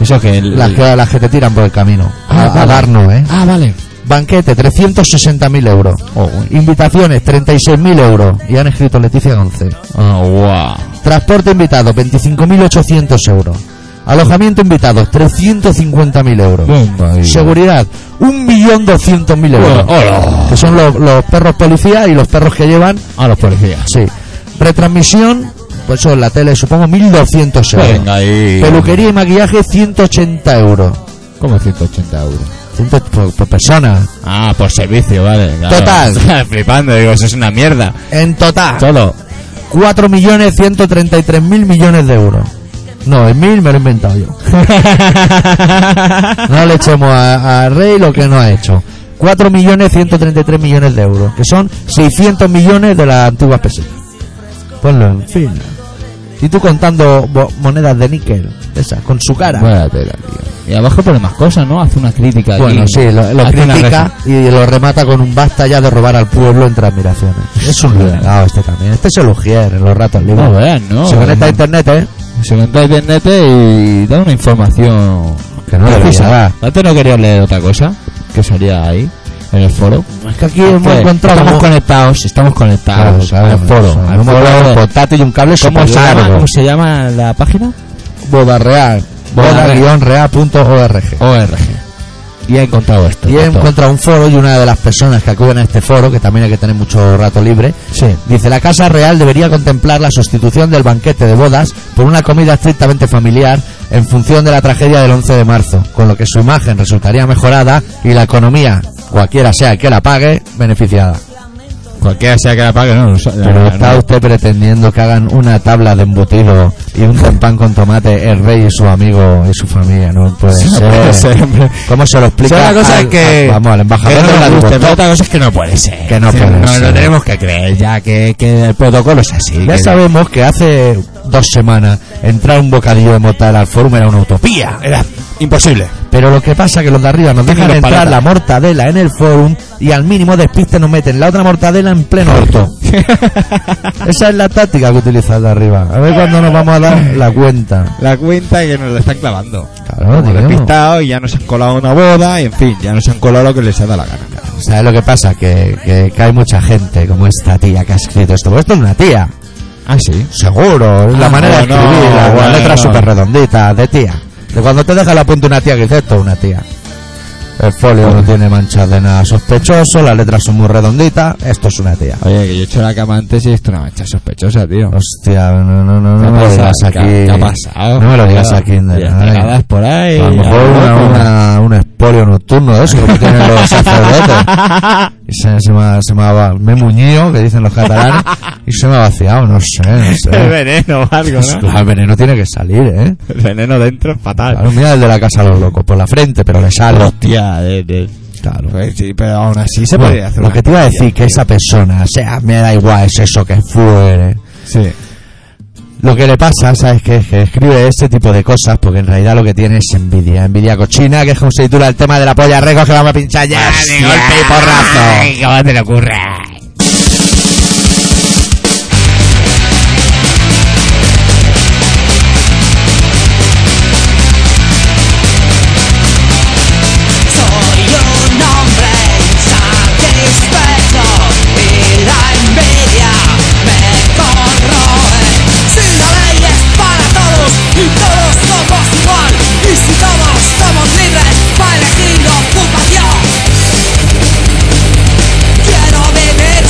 [SPEAKER 1] Eso que el-
[SPEAKER 2] Las que, las que te tiran por el camino.
[SPEAKER 1] Ah,
[SPEAKER 2] A- a,
[SPEAKER 1] vale.
[SPEAKER 2] dar no, ¿eh?
[SPEAKER 1] Ah, vale.
[SPEAKER 2] Banquete, 360.000 euros.
[SPEAKER 1] Oh, uy.
[SPEAKER 2] Invitaciones, 36.000 euros. Y han escrito Leticia Gonce.
[SPEAKER 1] Ah, guau.
[SPEAKER 2] Transporte invitado, 25.800 euros. Alojamiento invitado, 350.000 euros.
[SPEAKER 1] Bomba, digo.
[SPEAKER 2] Seguridad, 1.200.000 euros.
[SPEAKER 1] Hola.
[SPEAKER 2] Que son los, los perros policías y los perros que llevan.
[SPEAKER 1] A oh. Ah, los policías.
[SPEAKER 2] Sí. Retransmisión, pues eso en la tele, supongo, 1.200 euros.
[SPEAKER 1] Venga ahí.
[SPEAKER 2] Peluquería y maquillaje, 180 euros.
[SPEAKER 1] Como 180 euros.
[SPEAKER 2] Ciento- por, por persona.
[SPEAKER 1] Ah, por servicio, vale. claro.
[SPEAKER 2] Total.
[SPEAKER 1] Flipando, digo, eso es una mierda.
[SPEAKER 2] En total,
[SPEAKER 1] Solo.
[SPEAKER 2] 4.133.000 millones de euros. No, en mil me lo he inventado yo. No le echemos a, a Rey lo que no ha hecho. 4 millones 133 millones de euros, que son 600 millones de las antiguas pesetas. Ponlo en fin. Y tú contando bo- monedas de níquel, de esas, con su cara.
[SPEAKER 1] Buena tela, tío. Y abajo pone más cosas, ¿no? Hace una crítica.
[SPEAKER 2] Bueno,
[SPEAKER 1] aquí.
[SPEAKER 2] sí, lo, lo
[SPEAKER 1] Hace una
[SPEAKER 2] critica
[SPEAKER 1] ref-
[SPEAKER 2] y lo remata con un basta ya de robar al pueblo entre admiraciones. Es un renegado este también. Este se lo quiere en los ratos libres.
[SPEAKER 1] No veas, ¿no?
[SPEAKER 2] Se conecta a internet, ¿eh?
[SPEAKER 1] Se conecta a internet y da una información
[SPEAKER 2] Que no debería
[SPEAKER 1] precisa.
[SPEAKER 2] dar.
[SPEAKER 1] Antes no quería leer otra cosa que salía ahí, en el foro.
[SPEAKER 2] Es que aquí hemos
[SPEAKER 1] Pues,
[SPEAKER 2] encontrado...
[SPEAKER 1] Estamos
[SPEAKER 2] como-
[SPEAKER 1] conectados, estamos conectados.
[SPEAKER 2] Claro, claro,
[SPEAKER 1] al foro.
[SPEAKER 2] claro.
[SPEAKER 1] al
[SPEAKER 2] Hemos
[SPEAKER 1] foro
[SPEAKER 2] hablado de
[SPEAKER 1] de-
[SPEAKER 2] un portátil y un cable
[SPEAKER 1] ¿Cómo se, llama,
[SPEAKER 2] superlargo.
[SPEAKER 1] ¿Cómo se llama la página?
[SPEAKER 2] Boda Real. Boda-real.org.
[SPEAKER 11] Oh,
[SPEAKER 1] ORG. Y he encontrado esto.
[SPEAKER 2] Y he
[SPEAKER 1] esto.
[SPEAKER 2] encontrado un foro y una de las personas que acuden a este foro, que también hay que tener mucho rato libre,
[SPEAKER 1] Sí.
[SPEAKER 2] dice, la Casa Real debería contemplar la sustitución del banquete de bodas por una comida estrictamente familiar en función de la tragedia del 11 de marzo, con lo que su imagen resultaría mejorada y la economía, cualquiera sea el que la pague, beneficiada.
[SPEAKER 1] Cualquiera sea que la pague, no, no, sa-
[SPEAKER 2] Pero
[SPEAKER 1] no,
[SPEAKER 2] está
[SPEAKER 1] no.
[SPEAKER 2] usted pretendiendo que hagan una tabla de embutido y un champán con tomate el rey y su amigo y su familia. No puede
[SPEAKER 1] Sí, no
[SPEAKER 2] ser.
[SPEAKER 1] puede ser, hombre.
[SPEAKER 2] ¿Cómo se lo explica?
[SPEAKER 1] Otra cosa
[SPEAKER 2] al-
[SPEAKER 1] es que.
[SPEAKER 2] al- vamos, al embajador
[SPEAKER 1] que no
[SPEAKER 2] de
[SPEAKER 1] nos
[SPEAKER 2] la
[SPEAKER 1] guste, pero
[SPEAKER 2] Diputación?
[SPEAKER 1] otra cosa es que no puede ser.
[SPEAKER 2] Que no
[SPEAKER 1] Sí,
[SPEAKER 2] puede
[SPEAKER 1] no,
[SPEAKER 2] ser.
[SPEAKER 1] lo tenemos que creer ya, que, que el protocolo es así.
[SPEAKER 2] Ya
[SPEAKER 1] que-
[SPEAKER 2] sabemos que hace dos semanas, entrar un bocadillo de mortadela al forum era una utopía. Era imposible. Pero lo que pasa es que los de arriba nos dejan
[SPEAKER 1] los
[SPEAKER 2] entrar
[SPEAKER 1] paletas.
[SPEAKER 2] la mortadela en el forum y al mínimo despiste nos meten la otra mortadela en pleno orto. Esa es la táctica que utiliza el de arriba. A ver cuándo nos vamos a dar la cuenta.
[SPEAKER 1] La cuenta que nos la están clavando.
[SPEAKER 2] Claro,
[SPEAKER 1] Como
[SPEAKER 2] Ah, digamos.
[SPEAKER 1] despistado y ya nos han colado una boda y en fin, ya nos han colado lo que les ha dado la gana.
[SPEAKER 2] ¿Sabes lo que pasa? Que, que, que hay mucha gente como esta tía que ha escrito esto. Pues esto es una tía.
[SPEAKER 1] Ah, sí.
[SPEAKER 2] Seguro, es la
[SPEAKER 1] Ah,
[SPEAKER 2] manera
[SPEAKER 1] no,
[SPEAKER 2] de escribir, la
[SPEAKER 1] no,
[SPEAKER 2] con
[SPEAKER 1] no,
[SPEAKER 2] letras
[SPEAKER 1] no.
[SPEAKER 2] súper redonditas, de tía. De cuando te deja la punta una tía que dice esto, es una tía. El folio no tiene manchas de nada sospechoso, las letras son muy redonditas, esto es una tía.
[SPEAKER 1] Oye, que yo he hecho la cama antes y esto es una mancha sospechosa, tío.
[SPEAKER 2] Hostia, no, no, no, no me lo
[SPEAKER 1] pasa?
[SPEAKER 2] digas aquí.
[SPEAKER 1] ¿Qué- qué ha pasado?
[SPEAKER 2] No me lo digas
[SPEAKER 1] Ya,
[SPEAKER 2] aquí, Ender,
[SPEAKER 1] ya
[SPEAKER 2] ay.
[SPEAKER 1] pegadas por ahí,
[SPEAKER 2] Eh, A lo mejor
[SPEAKER 1] a lo
[SPEAKER 2] una-
[SPEAKER 1] loco.
[SPEAKER 2] una- un espolio nocturno de eso que tienen los sacerdotes. Y se, se me, ha- se me, ha va- me he muñido, que dicen los catalanes, y se me ha vaciado, no sé, no sé.
[SPEAKER 1] El veneno o algo,
[SPEAKER 2] Pues,
[SPEAKER 1] ¿no?
[SPEAKER 2] claro, el veneno tiene que salir, ¿eh?
[SPEAKER 1] El veneno dentro es fatal.
[SPEAKER 2] Claro, mira el de la casa de los locos por la frente, pero le sale.
[SPEAKER 1] Hostia, de- de-
[SPEAKER 2] Claro.
[SPEAKER 1] Pues sí, pero aún así se
[SPEAKER 2] Bueno,
[SPEAKER 1] podría hacer.
[SPEAKER 2] lo
[SPEAKER 1] una
[SPEAKER 2] que te iba a
[SPEAKER 1] cosilla,
[SPEAKER 2] decir que
[SPEAKER 1] tío.
[SPEAKER 2] esa persona, sea, me da igual, es eso que fuere.
[SPEAKER 1] Sí.
[SPEAKER 2] Lo que le pasa, ¿sabes qué? Es que escribe ese tipo de cosas porque en realidad lo que tiene es envidia. Envidia cochina, que es como se titula el tema de la polla récord que vamos a pinchar ya de golpe y porrazo.
[SPEAKER 12] ¿Cómo te le ocurre?
[SPEAKER 4] Soy un hombre insatisfecho y la envidia me corroe. Si la ley es para todos y todos somos igual, y si todos somos libres para elegir ocupación, quiero vivir.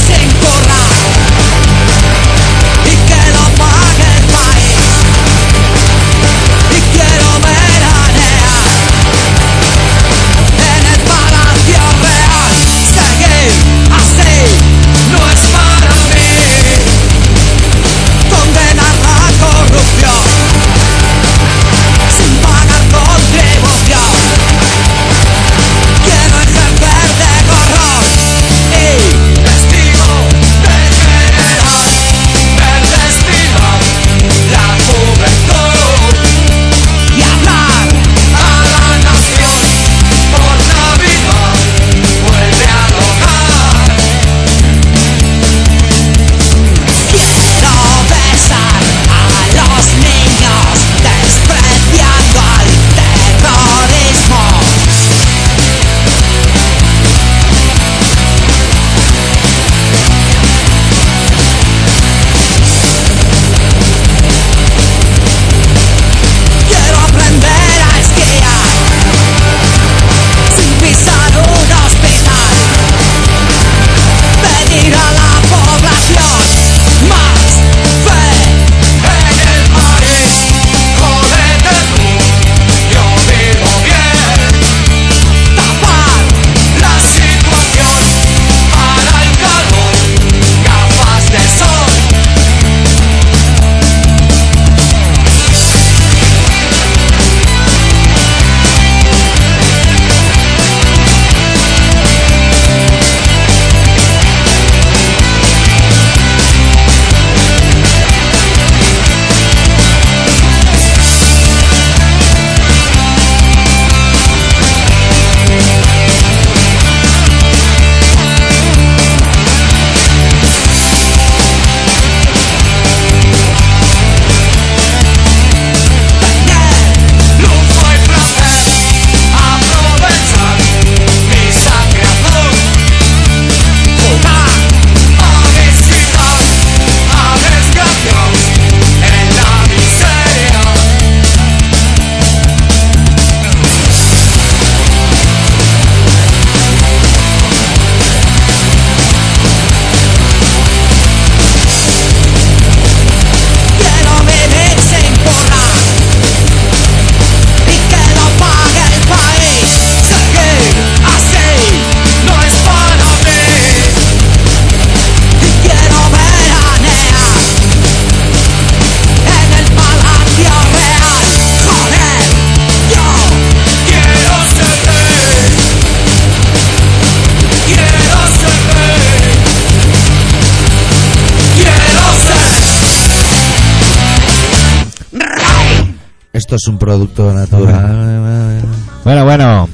[SPEAKER 2] Esto es un producto natural.
[SPEAKER 1] Bueno, bueno.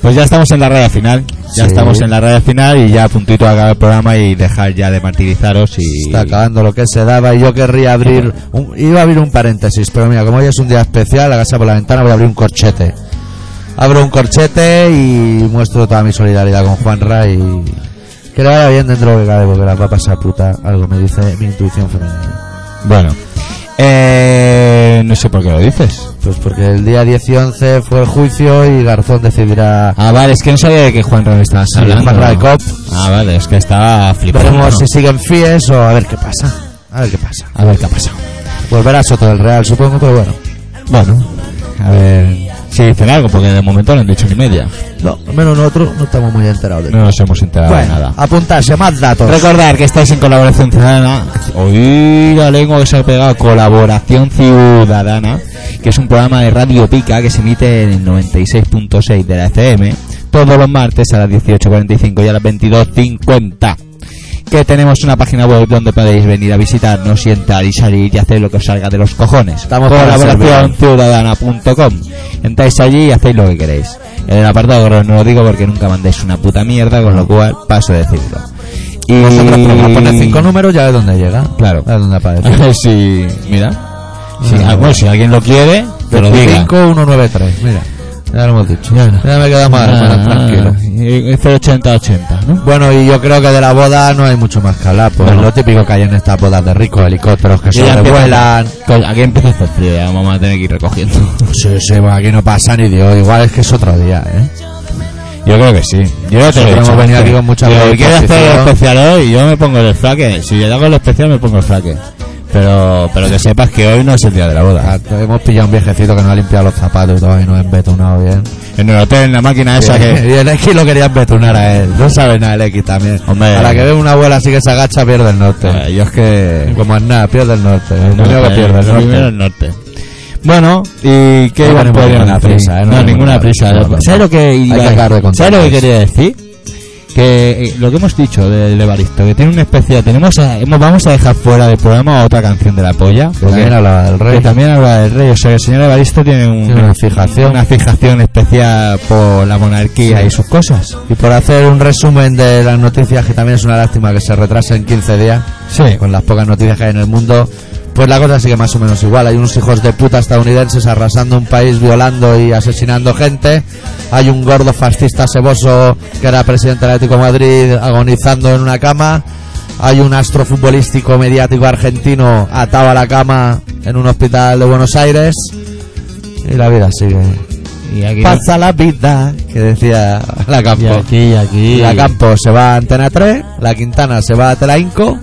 [SPEAKER 1] Pues ya estamos en la raya final. Ya
[SPEAKER 2] Sí.
[SPEAKER 1] estamos en la raya final y ya a puntito a acabar el programa y dejar ya de martirizaros y...
[SPEAKER 2] Está acabando lo que se daba y yo querría abrir. un- iba a abrir un paréntesis, pero mira, como hoy es un día especial, la casa por la ventana, voy a abrir un corchete. Abro un corchete y muestro toda mi solidaridad con Juanra y. Que le vaya bien dentro de lo que cabe, porque la papa esa puta, algo me dice mi intuición femenina.
[SPEAKER 1] Bueno, eh, no sé por qué lo dices.
[SPEAKER 2] Pues porque el día 10 y 11 fue el juicio y Garzón decidirá.
[SPEAKER 1] Ah, vale, es que no sabía de qué Juan Ron estabas
[SPEAKER 2] Sí,
[SPEAKER 1] hablando.
[SPEAKER 2] Juan Ron Cop.
[SPEAKER 1] Ah, vale, es que estaba flipando.
[SPEAKER 2] Veremos
[SPEAKER 1] ¿no?
[SPEAKER 2] si siguen fies o a ver qué pasa. A ver qué pasa.
[SPEAKER 1] A ver qué ha pasado.
[SPEAKER 2] Volver a Soto del Real, supongo, pero bueno.
[SPEAKER 1] Bueno, a ver si dicen algo, porque de momento no han dicho ni media.
[SPEAKER 2] No, al menos nosotros no estamos muy enterados de
[SPEAKER 1] No nos hemos enterado de
[SPEAKER 2] Bueno,
[SPEAKER 1] nada.
[SPEAKER 2] apuntarse, más datos.
[SPEAKER 1] Recordar que estáis en colaboración ciudadana. Oí la lengua que se ha pegado. Colaboración ciudadana, que es un programa de Radio Pica que se emite en el 96.6 de la FM todos los martes a las 18.45 y a las 22.50. Que tenemos una página web donde podéis venir a visitarnos y entrar y salir y hacer lo que os salga de los cojones.
[SPEAKER 2] Estamos para
[SPEAKER 1] colaboracionciudadana.com. Entráis allí y hacéis lo que queréis. En el apartado no lo digo porque nunca mandéis una puta mierda, con lo cual paso de decirlo. Y
[SPEAKER 2] Vosotros podemos poner cinco números, ya ves dónde llega.
[SPEAKER 1] Claro. Ah,
[SPEAKER 2] Ya ves dónde aparece.
[SPEAKER 1] si, mira. Si,
[SPEAKER 2] No.
[SPEAKER 1] ah, bueno, si alguien lo quiere, que lo diga.
[SPEAKER 2] 5-1-9-3, mira. Ya lo hemos dicho. Ya, me queda más,
[SPEAKER 1] Ah, eh,
[SPEAKER 2] más tranquilo.
[SPEAKER 1] y- y 08080, ¿no?
[SPEAKER 2] Bueno, y yo creo que de la boda no hay mucho más que hablar. Pues
[SPEAKER 1] No.
[SPEAKER 2] lo típico que hay en estas bodas de ricos, helicópteros que
[SPEAKER 1] Yo ya empiezo-
[SPEAKER 2] sobrevuelan.
[SPEAKER 1] Coño, Aquí empieza a hacer frío, ya vamos a tener que ir recogiendo.
[SPEAKER 2] Sí, sí, bueno, aquí no pasa ni Dios. Igual es que es otro día, ¿eh?
[SPEAKER 1] Yo creo que sí. Yo ya te lo he
[SPEAKER 2] Nosotros
[SPEAKER 1] dicho.
[SPEAKER 2] hemos venido aquí con mucha
[SPEAKER 1] Yo quiero hacer el
[SPEAKER 2] predisposición.
[SPEAKER 1] especial hoy y yo me pongo el flaque. Si yo hago el especial, me pongo el flaque. Pero, pero que sepas que hoy no es el día de la boda.
[SPEAKER 2] Ah, Hemos pillado un viejecito que no ha limpiado los zapatos y todo y nos ha embetunado bien.
[SPEAKER 1] En el hotel, en la máquina esa que.
[SPEAKER 2] Y el X lo quería embetunar a él. No sabe nada el X también.
[SPEAKER 1] Hombre.
[SPEAKER 2] a la que ve una abuela así que se agacha, pierde el norte.
[SPEAKER 1] Ah, Yo es que.
[SPEAKER 2] Como es nada, pierde el norte. El
[SPEAKER 1] No,
[SPEAKER 2] primero que
[SPEAKER 1] pero
[SPEAKER 2] pierde el
[SPEAKER 1] lo primero
[SPEAKER 2] norte.
[SPEAKER 1] el norte. Bueno, ¿y qué
[SPEAKER 2] No
[SPEAKER 1] iban
[SPEAKER 2] tenemos
[SPEAKER 1] por
[SPEAKER 2] ninguna
[SPEAKER 1] decir?
[SPEAKER 2] prisa, ¿eh? No
[SPEAKER 1] No,
[SPEAKER 2] tenemos
[SPEAKER 1] ninguna
[SPEAKER 2] nada.
[SPEAKER 1] prisa.
[SPEAKER 2] No, no.
[SPEAKER 1] ¿Sabes lo que,
[SPEAKER 2] Hay que
[SPEAKER 1] iba-
[SPEAKER 2] acabar de
[SPEAKER 1] ¿Sabes
[SPEAKER 2] contar
[SPEAKER 1] lo que
[SPEAKER 2] eso.
[SPEAKER 1] quería decir? Que eh, lo que hemos dicho del Evaristo, que tiene un especial, tenemos a- hemos- vamos a dejar fuera del programa otra canción de la polla,
[SPEAKER 2] Que también hablaba del
[SPEAKER 1] que
[SPEAKER 2] rey.
[SPEAKER 1] también habla del rey, o sea que el señor Evaristo tiene, un-
[SPEAKER 2] Tiene una fijación.
[SPEAKER 1] una fijación especial por la monarquía y sus cosas.
[SPEAKER 2] Y por hacer un resumen de las noticias, que también es una lástima que se retrasen 15 días,
[SPEAKER 1] Sí.
[SPEAKER 2] con las pocas noticias que hay en el mundo, pues la cosa sigue más o menos igual. Hay unos hijos de puta estadounidenses arrasando un país, violando y asesinando gente. Hay un gordo fascista ceboso que era presidente del Atlético de Madrid agonizando en una cama. Hay un astrofutbolístico mediático argentino atado a la cama en un hospital de Buenos Aires. Y la vida sigue.
[SPEAKER 1] Y aquí,
[SPEAKER 2] Pasa la vida, que decía la
[SPEAKER 1] y
[SPEAKER 2] campo.
[SPEAKER 1] aquí, y aquí.
[SPEAKER 2] La Campo se va a Antena 3, la Quintana se va a Telainco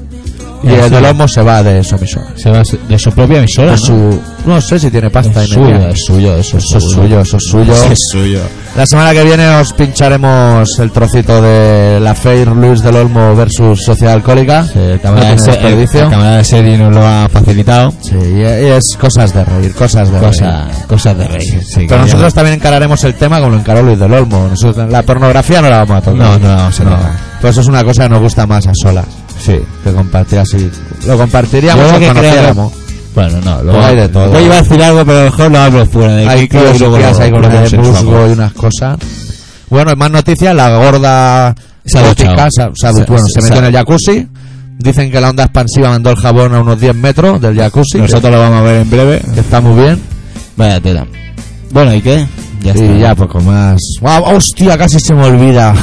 [SPEAKER 2] y
[SPEAKER 1] Ya, sí.
[SPEAKER 2] el de Lomo se va de su emisora.
[SPEAKER 1] se va a su- de su propia emisora.
[SPEAKER 2] De
[SPEAKER 1] ¿no?
[SPEAKER 2] su- no sé si tiene pasta
[SPEAKER 1] Es
[SPEAKER 2] y no
[SPEAKER 1] suyo,
[SPEAKER 2] tiene.
[SPEAKER 1] es suyo, eso es
[SPEAKER 2] Eso es
[SPEAKER 1] suyo.
[SPEAKER 2] suyo, eso es suyo.
[SPEAKER 1] Eso es suyo.
[SPEAKER 2] La semana que viene os pincharemos el trocito de la Fair Luis del Olmo versus Sociedad Alcohólica.
[SPEAKER 1] Sí, el
[SPEAKER 2] No
[SPEAKER 1] camarada,
[SPEAKER 2] tiene
[SPEAKER 1] de, se- el-
[SPEAKER 2] desperdicio.
[SPEAKER 1] el camarada de serie nos lo ha facilitado.
[SPEAKER 2] Sí, y y es cosas de reír, cosas de reír.
[SPEAKER 1] Cosa, cosas de rey. sí, que
[SPEAKER 2] Pero nosotros
[SPEAKER 1] ya-
[SPEAKER 2] también encararemos el tema como lo encaró Luis del Olmo. Nosotros, la pornografía no la vamos a tocar.
[SPEAKER 1] No, no la vamos a tocar.
[SPEAKER 2] Pues eso es una cosa que nos gusta más a solas.
[SPEAKER 1] Sí.
[SPEAKER 2] Que compartir así. Lo compartiríamos
[SPEAKER 1] Yo
[SPEAKER 2] o
[SPEAKER 1] lo que creo-
[SPEAKER 2] conociéramos.
[SPEAKER 1] Bueno, no, luego
[SPEAKER 2] Pues hay de todo.
[SPEAKER 1] Yo iba a decir algo, pero mejor lo hablo fuera de
[SPEAKER 2] Hay
[SPEAKER 1] aquí, luego
[SPEAKER 2] tíos y
[SPEAKER 1] lo-
[SPEAKER 2] tías ahí con
[SPEAKER 1] lo
[SPEAKER 2] una de
[SPEAKER 1] consensuamos.
[SPEAKER 2] musgo y unas cosas. Bueno, en más noticias, la gorda
[SPEAKER 1] Se ha duchado.
[SPEAKER 2] gótica, se ha- se ha du-
[SPEAKER 1] Se-
[SPEAKER 2] bueno,
[SPEAKER 1] se- se-
[SPEAKER 2] se metió en el jacuzzi. Dicen que la onda expansiva mandó el jabón a unos 10 metros del jacuzzi.
[SPEAKER 1] Nosotros lo vamos a ver en breve.
[SPEAKER 2] que está muy bien.
[SPEAKER 1] Vaya tela. Bueno, ¿y qué? Ya
[SPEAKER 2] y
[SPEAKER 1] está.
[SPEAKER 2] ya poco más. ¡Guau! ¡Hostia! Casi se me olvida.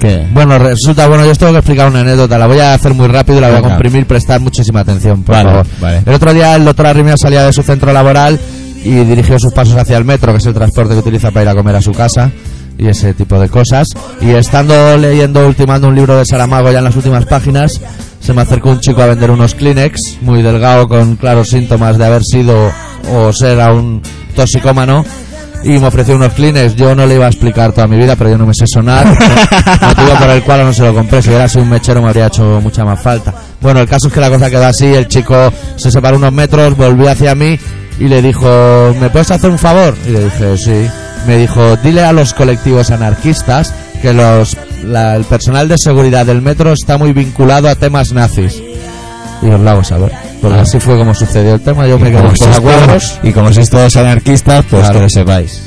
[SPEAKER 1] ¿Qué?
[SPEAKER 2] Bueno, resulta, bueno, yo os tengo que explicar una anécdota. La voy a hacer muy rápido y la voy a
[SPEAKER 1] Venga.
[SPEAKER 2] comprimir. Prestar muchísima atención, por
[SPEAKER 1] Vale,
[SPEAKER 2] favor.
[SPEAKER 1] vale.
[SPEAKER 2] El otro día el doctor Arrimia salía de su centro laboral y dirigió sus pasos hacia el metro, que es el transporte que utiliza para ir a comer a su casa y ese tipo de cosas. Y estando leyendo, ultimando un libro de Saramago ya en las últimas páginas, se me acercó un chico a vender unos Kleenex, muy delgado, con claros síntomas de haber sido o ser a un toxicómano. Y me ofreció unos Kleenex, yo no le iba a explicar toda mi vida, pero yo no me sé sonar. motivo por el cual no se lo compré. Si hubiera sido un mechero me habría hecho mucha más falta. Bueno, el caso es que la cosa quedó así, el chico se separó unos metros, volvió hacia mí y le dijo, ¿me puedes hacer un favor? Y le dije, sí. Me dijo, dile a los colectivos anarquistas que los, la- el personal de seguridad del metro está muy vinculado a temas nazis. Y os lo hago saber. Porque así fue como sucedió el tema. Yo me quedé
[SPEAKER 1] como
[SPEAKER 2] por
[SPEAKER 1] sois
[SPEAKER 2] acuerdos.
[SPEAKER 1] todos- y como sois todos anarquistas, pues que lo sepáis.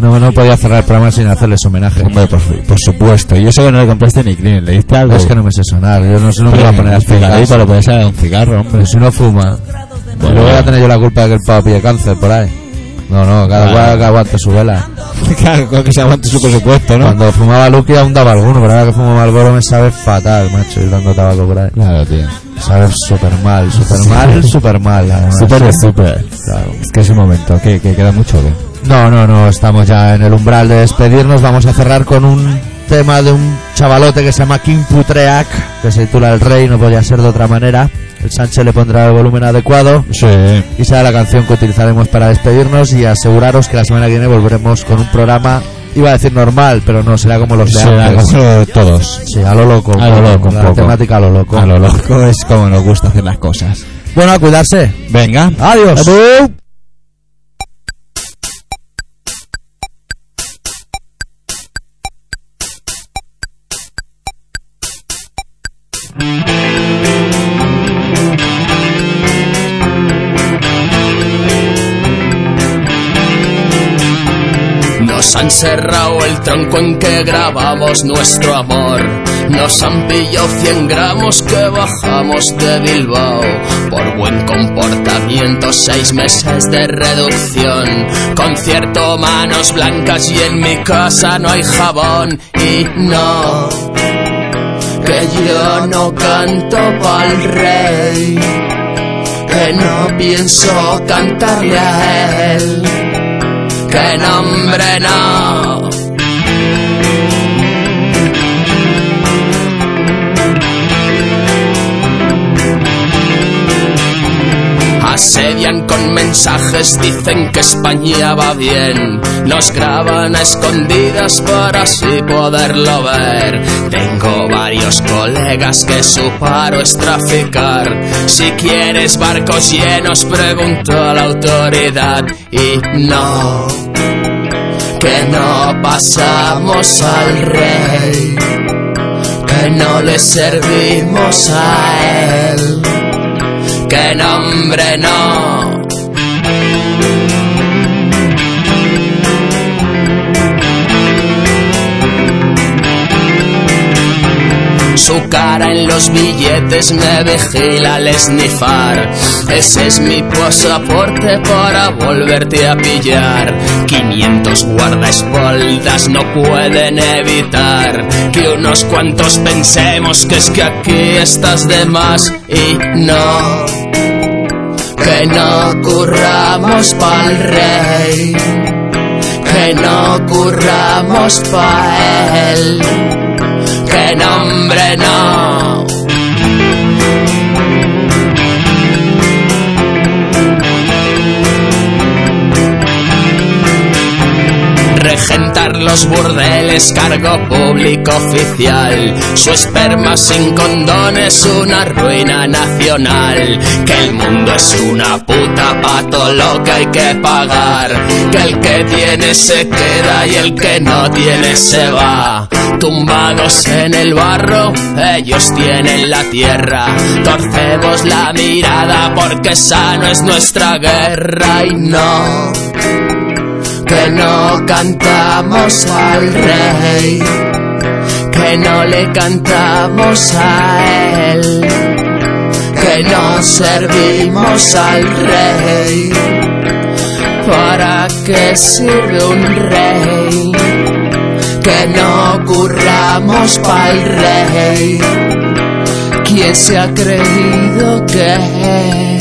[SPEAKER 2] No, no podía cerrar el programa sin hacerles homenaje.
[SPEAKER 1] Hombre, por, su- por supuesto. Y eso que no le compraste ni clean, le diste algo.
[SPEAKER 2] Es que no me sé sonar. Yo no, sé, no me voy a poner a
[SPEAKER 1] un
[SPEAKER 2] explicar.
[SPEAKER 1] cigarrito,
[SPEAKER 2] eso.
[SPEAKER 1] lo puedes hacer un cigarro, hombre.
[SPEAKER 2] Pero si no fuma.
[SPEAKER 1] Bueno.
[SPEAKER 2] Luego voy a tener yo la culpa de que el pavo pille cáncer por ahí. No, no, cada
[SPEAKER 1] Vale.
[SPEAKER 2] cual que aguante su vela.
[SPEAKER 1] claro, con que se aguante su presupuesto, ¿no?
[SPEAKER 2] Cuando fumaba Lucky aún daba alguno, pero ahora que fumo Marlboro me sabe fatal, macho, ir dando tabaco por ahí.
[SPEAKER 1] Claro, tío.
[SPEAKER 2] Sabe súper mal, súper mal, súper mal. además.
[SPEAKER 1] Súper de
[SPEAKER 2] Sí.
[SPEAKER 1] súper.
[SPEAKER 2] Claro.
[SPEAKER 1] Es que es un momento, que, que queda mucho que.
[SPEAKER 2] No, no, no, estamos ya en el umbral de despedirnos. Vamos a cerrar con un tema de un chavalote que se llama Kim Putreak, que se titula El Rey, no podía ser de otra manera. El Sánchez le pondrá el volumen adecuado
[SPEAKER 1] Sí.
[SPEAKER 2] y será la canción que utilizaremos para despedirnos y aseguraros que la semana que viene volveremos con un programa, iba a decir normal, pero no, será como los de
[SPEAKER 1] Será
[SPEAKER 2] antes.
[SPEAKER 1] como todos.
[SPEAKER 2] Sí, a lo loco.
[SPEAKER 1] A lo loco, un
[SPEAKER 2] La
[SPEAKER 1] poco.
[SPEAKER 2] temática a lo loco.
[SPEAKER 1] pues, A lo loco es como nos gusta hacer las cosas.
[SPEAKER 2] Bueno, a cuidarse.
[SPEAKER 1] Venga.
[SPEAKER 2] Adiós.
[SPEAKER 11] Nos han cerrado el tronco en que grabamos nuestro amor. Nos han pillado 100 gramos que bajamos de Bilbao. Por buen comportamiento, seis meses de reducción. Concierto, manos blancas y en mi casa no hay jabón. Y no, que yo no canto pa'l rey. Que no pienso cantarle a él. ¡Qué nombre no! Asedian con mensajes, dicen que España va bien. Nos graban a escondidas para así poderlo ver. Tengo varios colegas que su paro es traficar. Si quieres barcos llenos, pregunto a la autoridad. Y no, que no pasamos al rey. Que no le servimos a él. Que nombre no. Su cara en los billetes me vigila al esnifar. Ese es mi pasaporte para volverte a pillar. 500 guardaespaldas no pueden evitar que unos cuantos pensemos que es que aquí estás de más y no. Que no curramos pa'l rey, que no curramos pa' él que nombre no. Regentar los burdeles, cargo público oficial. Su esperma sin condón es una ruina nacional. Que el mundo es una puta pato lo que hay que pagar. Que el que tiene se queda y el que no tiene se va. Tumbados en el barro, ellos tienen la tierra. Torcemos la mirada porque sano es nuestra guerra y no que no cantamos al rey, que no le cantamos a él, que no servimos al rey. ¿Para qué sirve un rey? Que no curramos pa'l rey. ¿Quién se ha creído que es?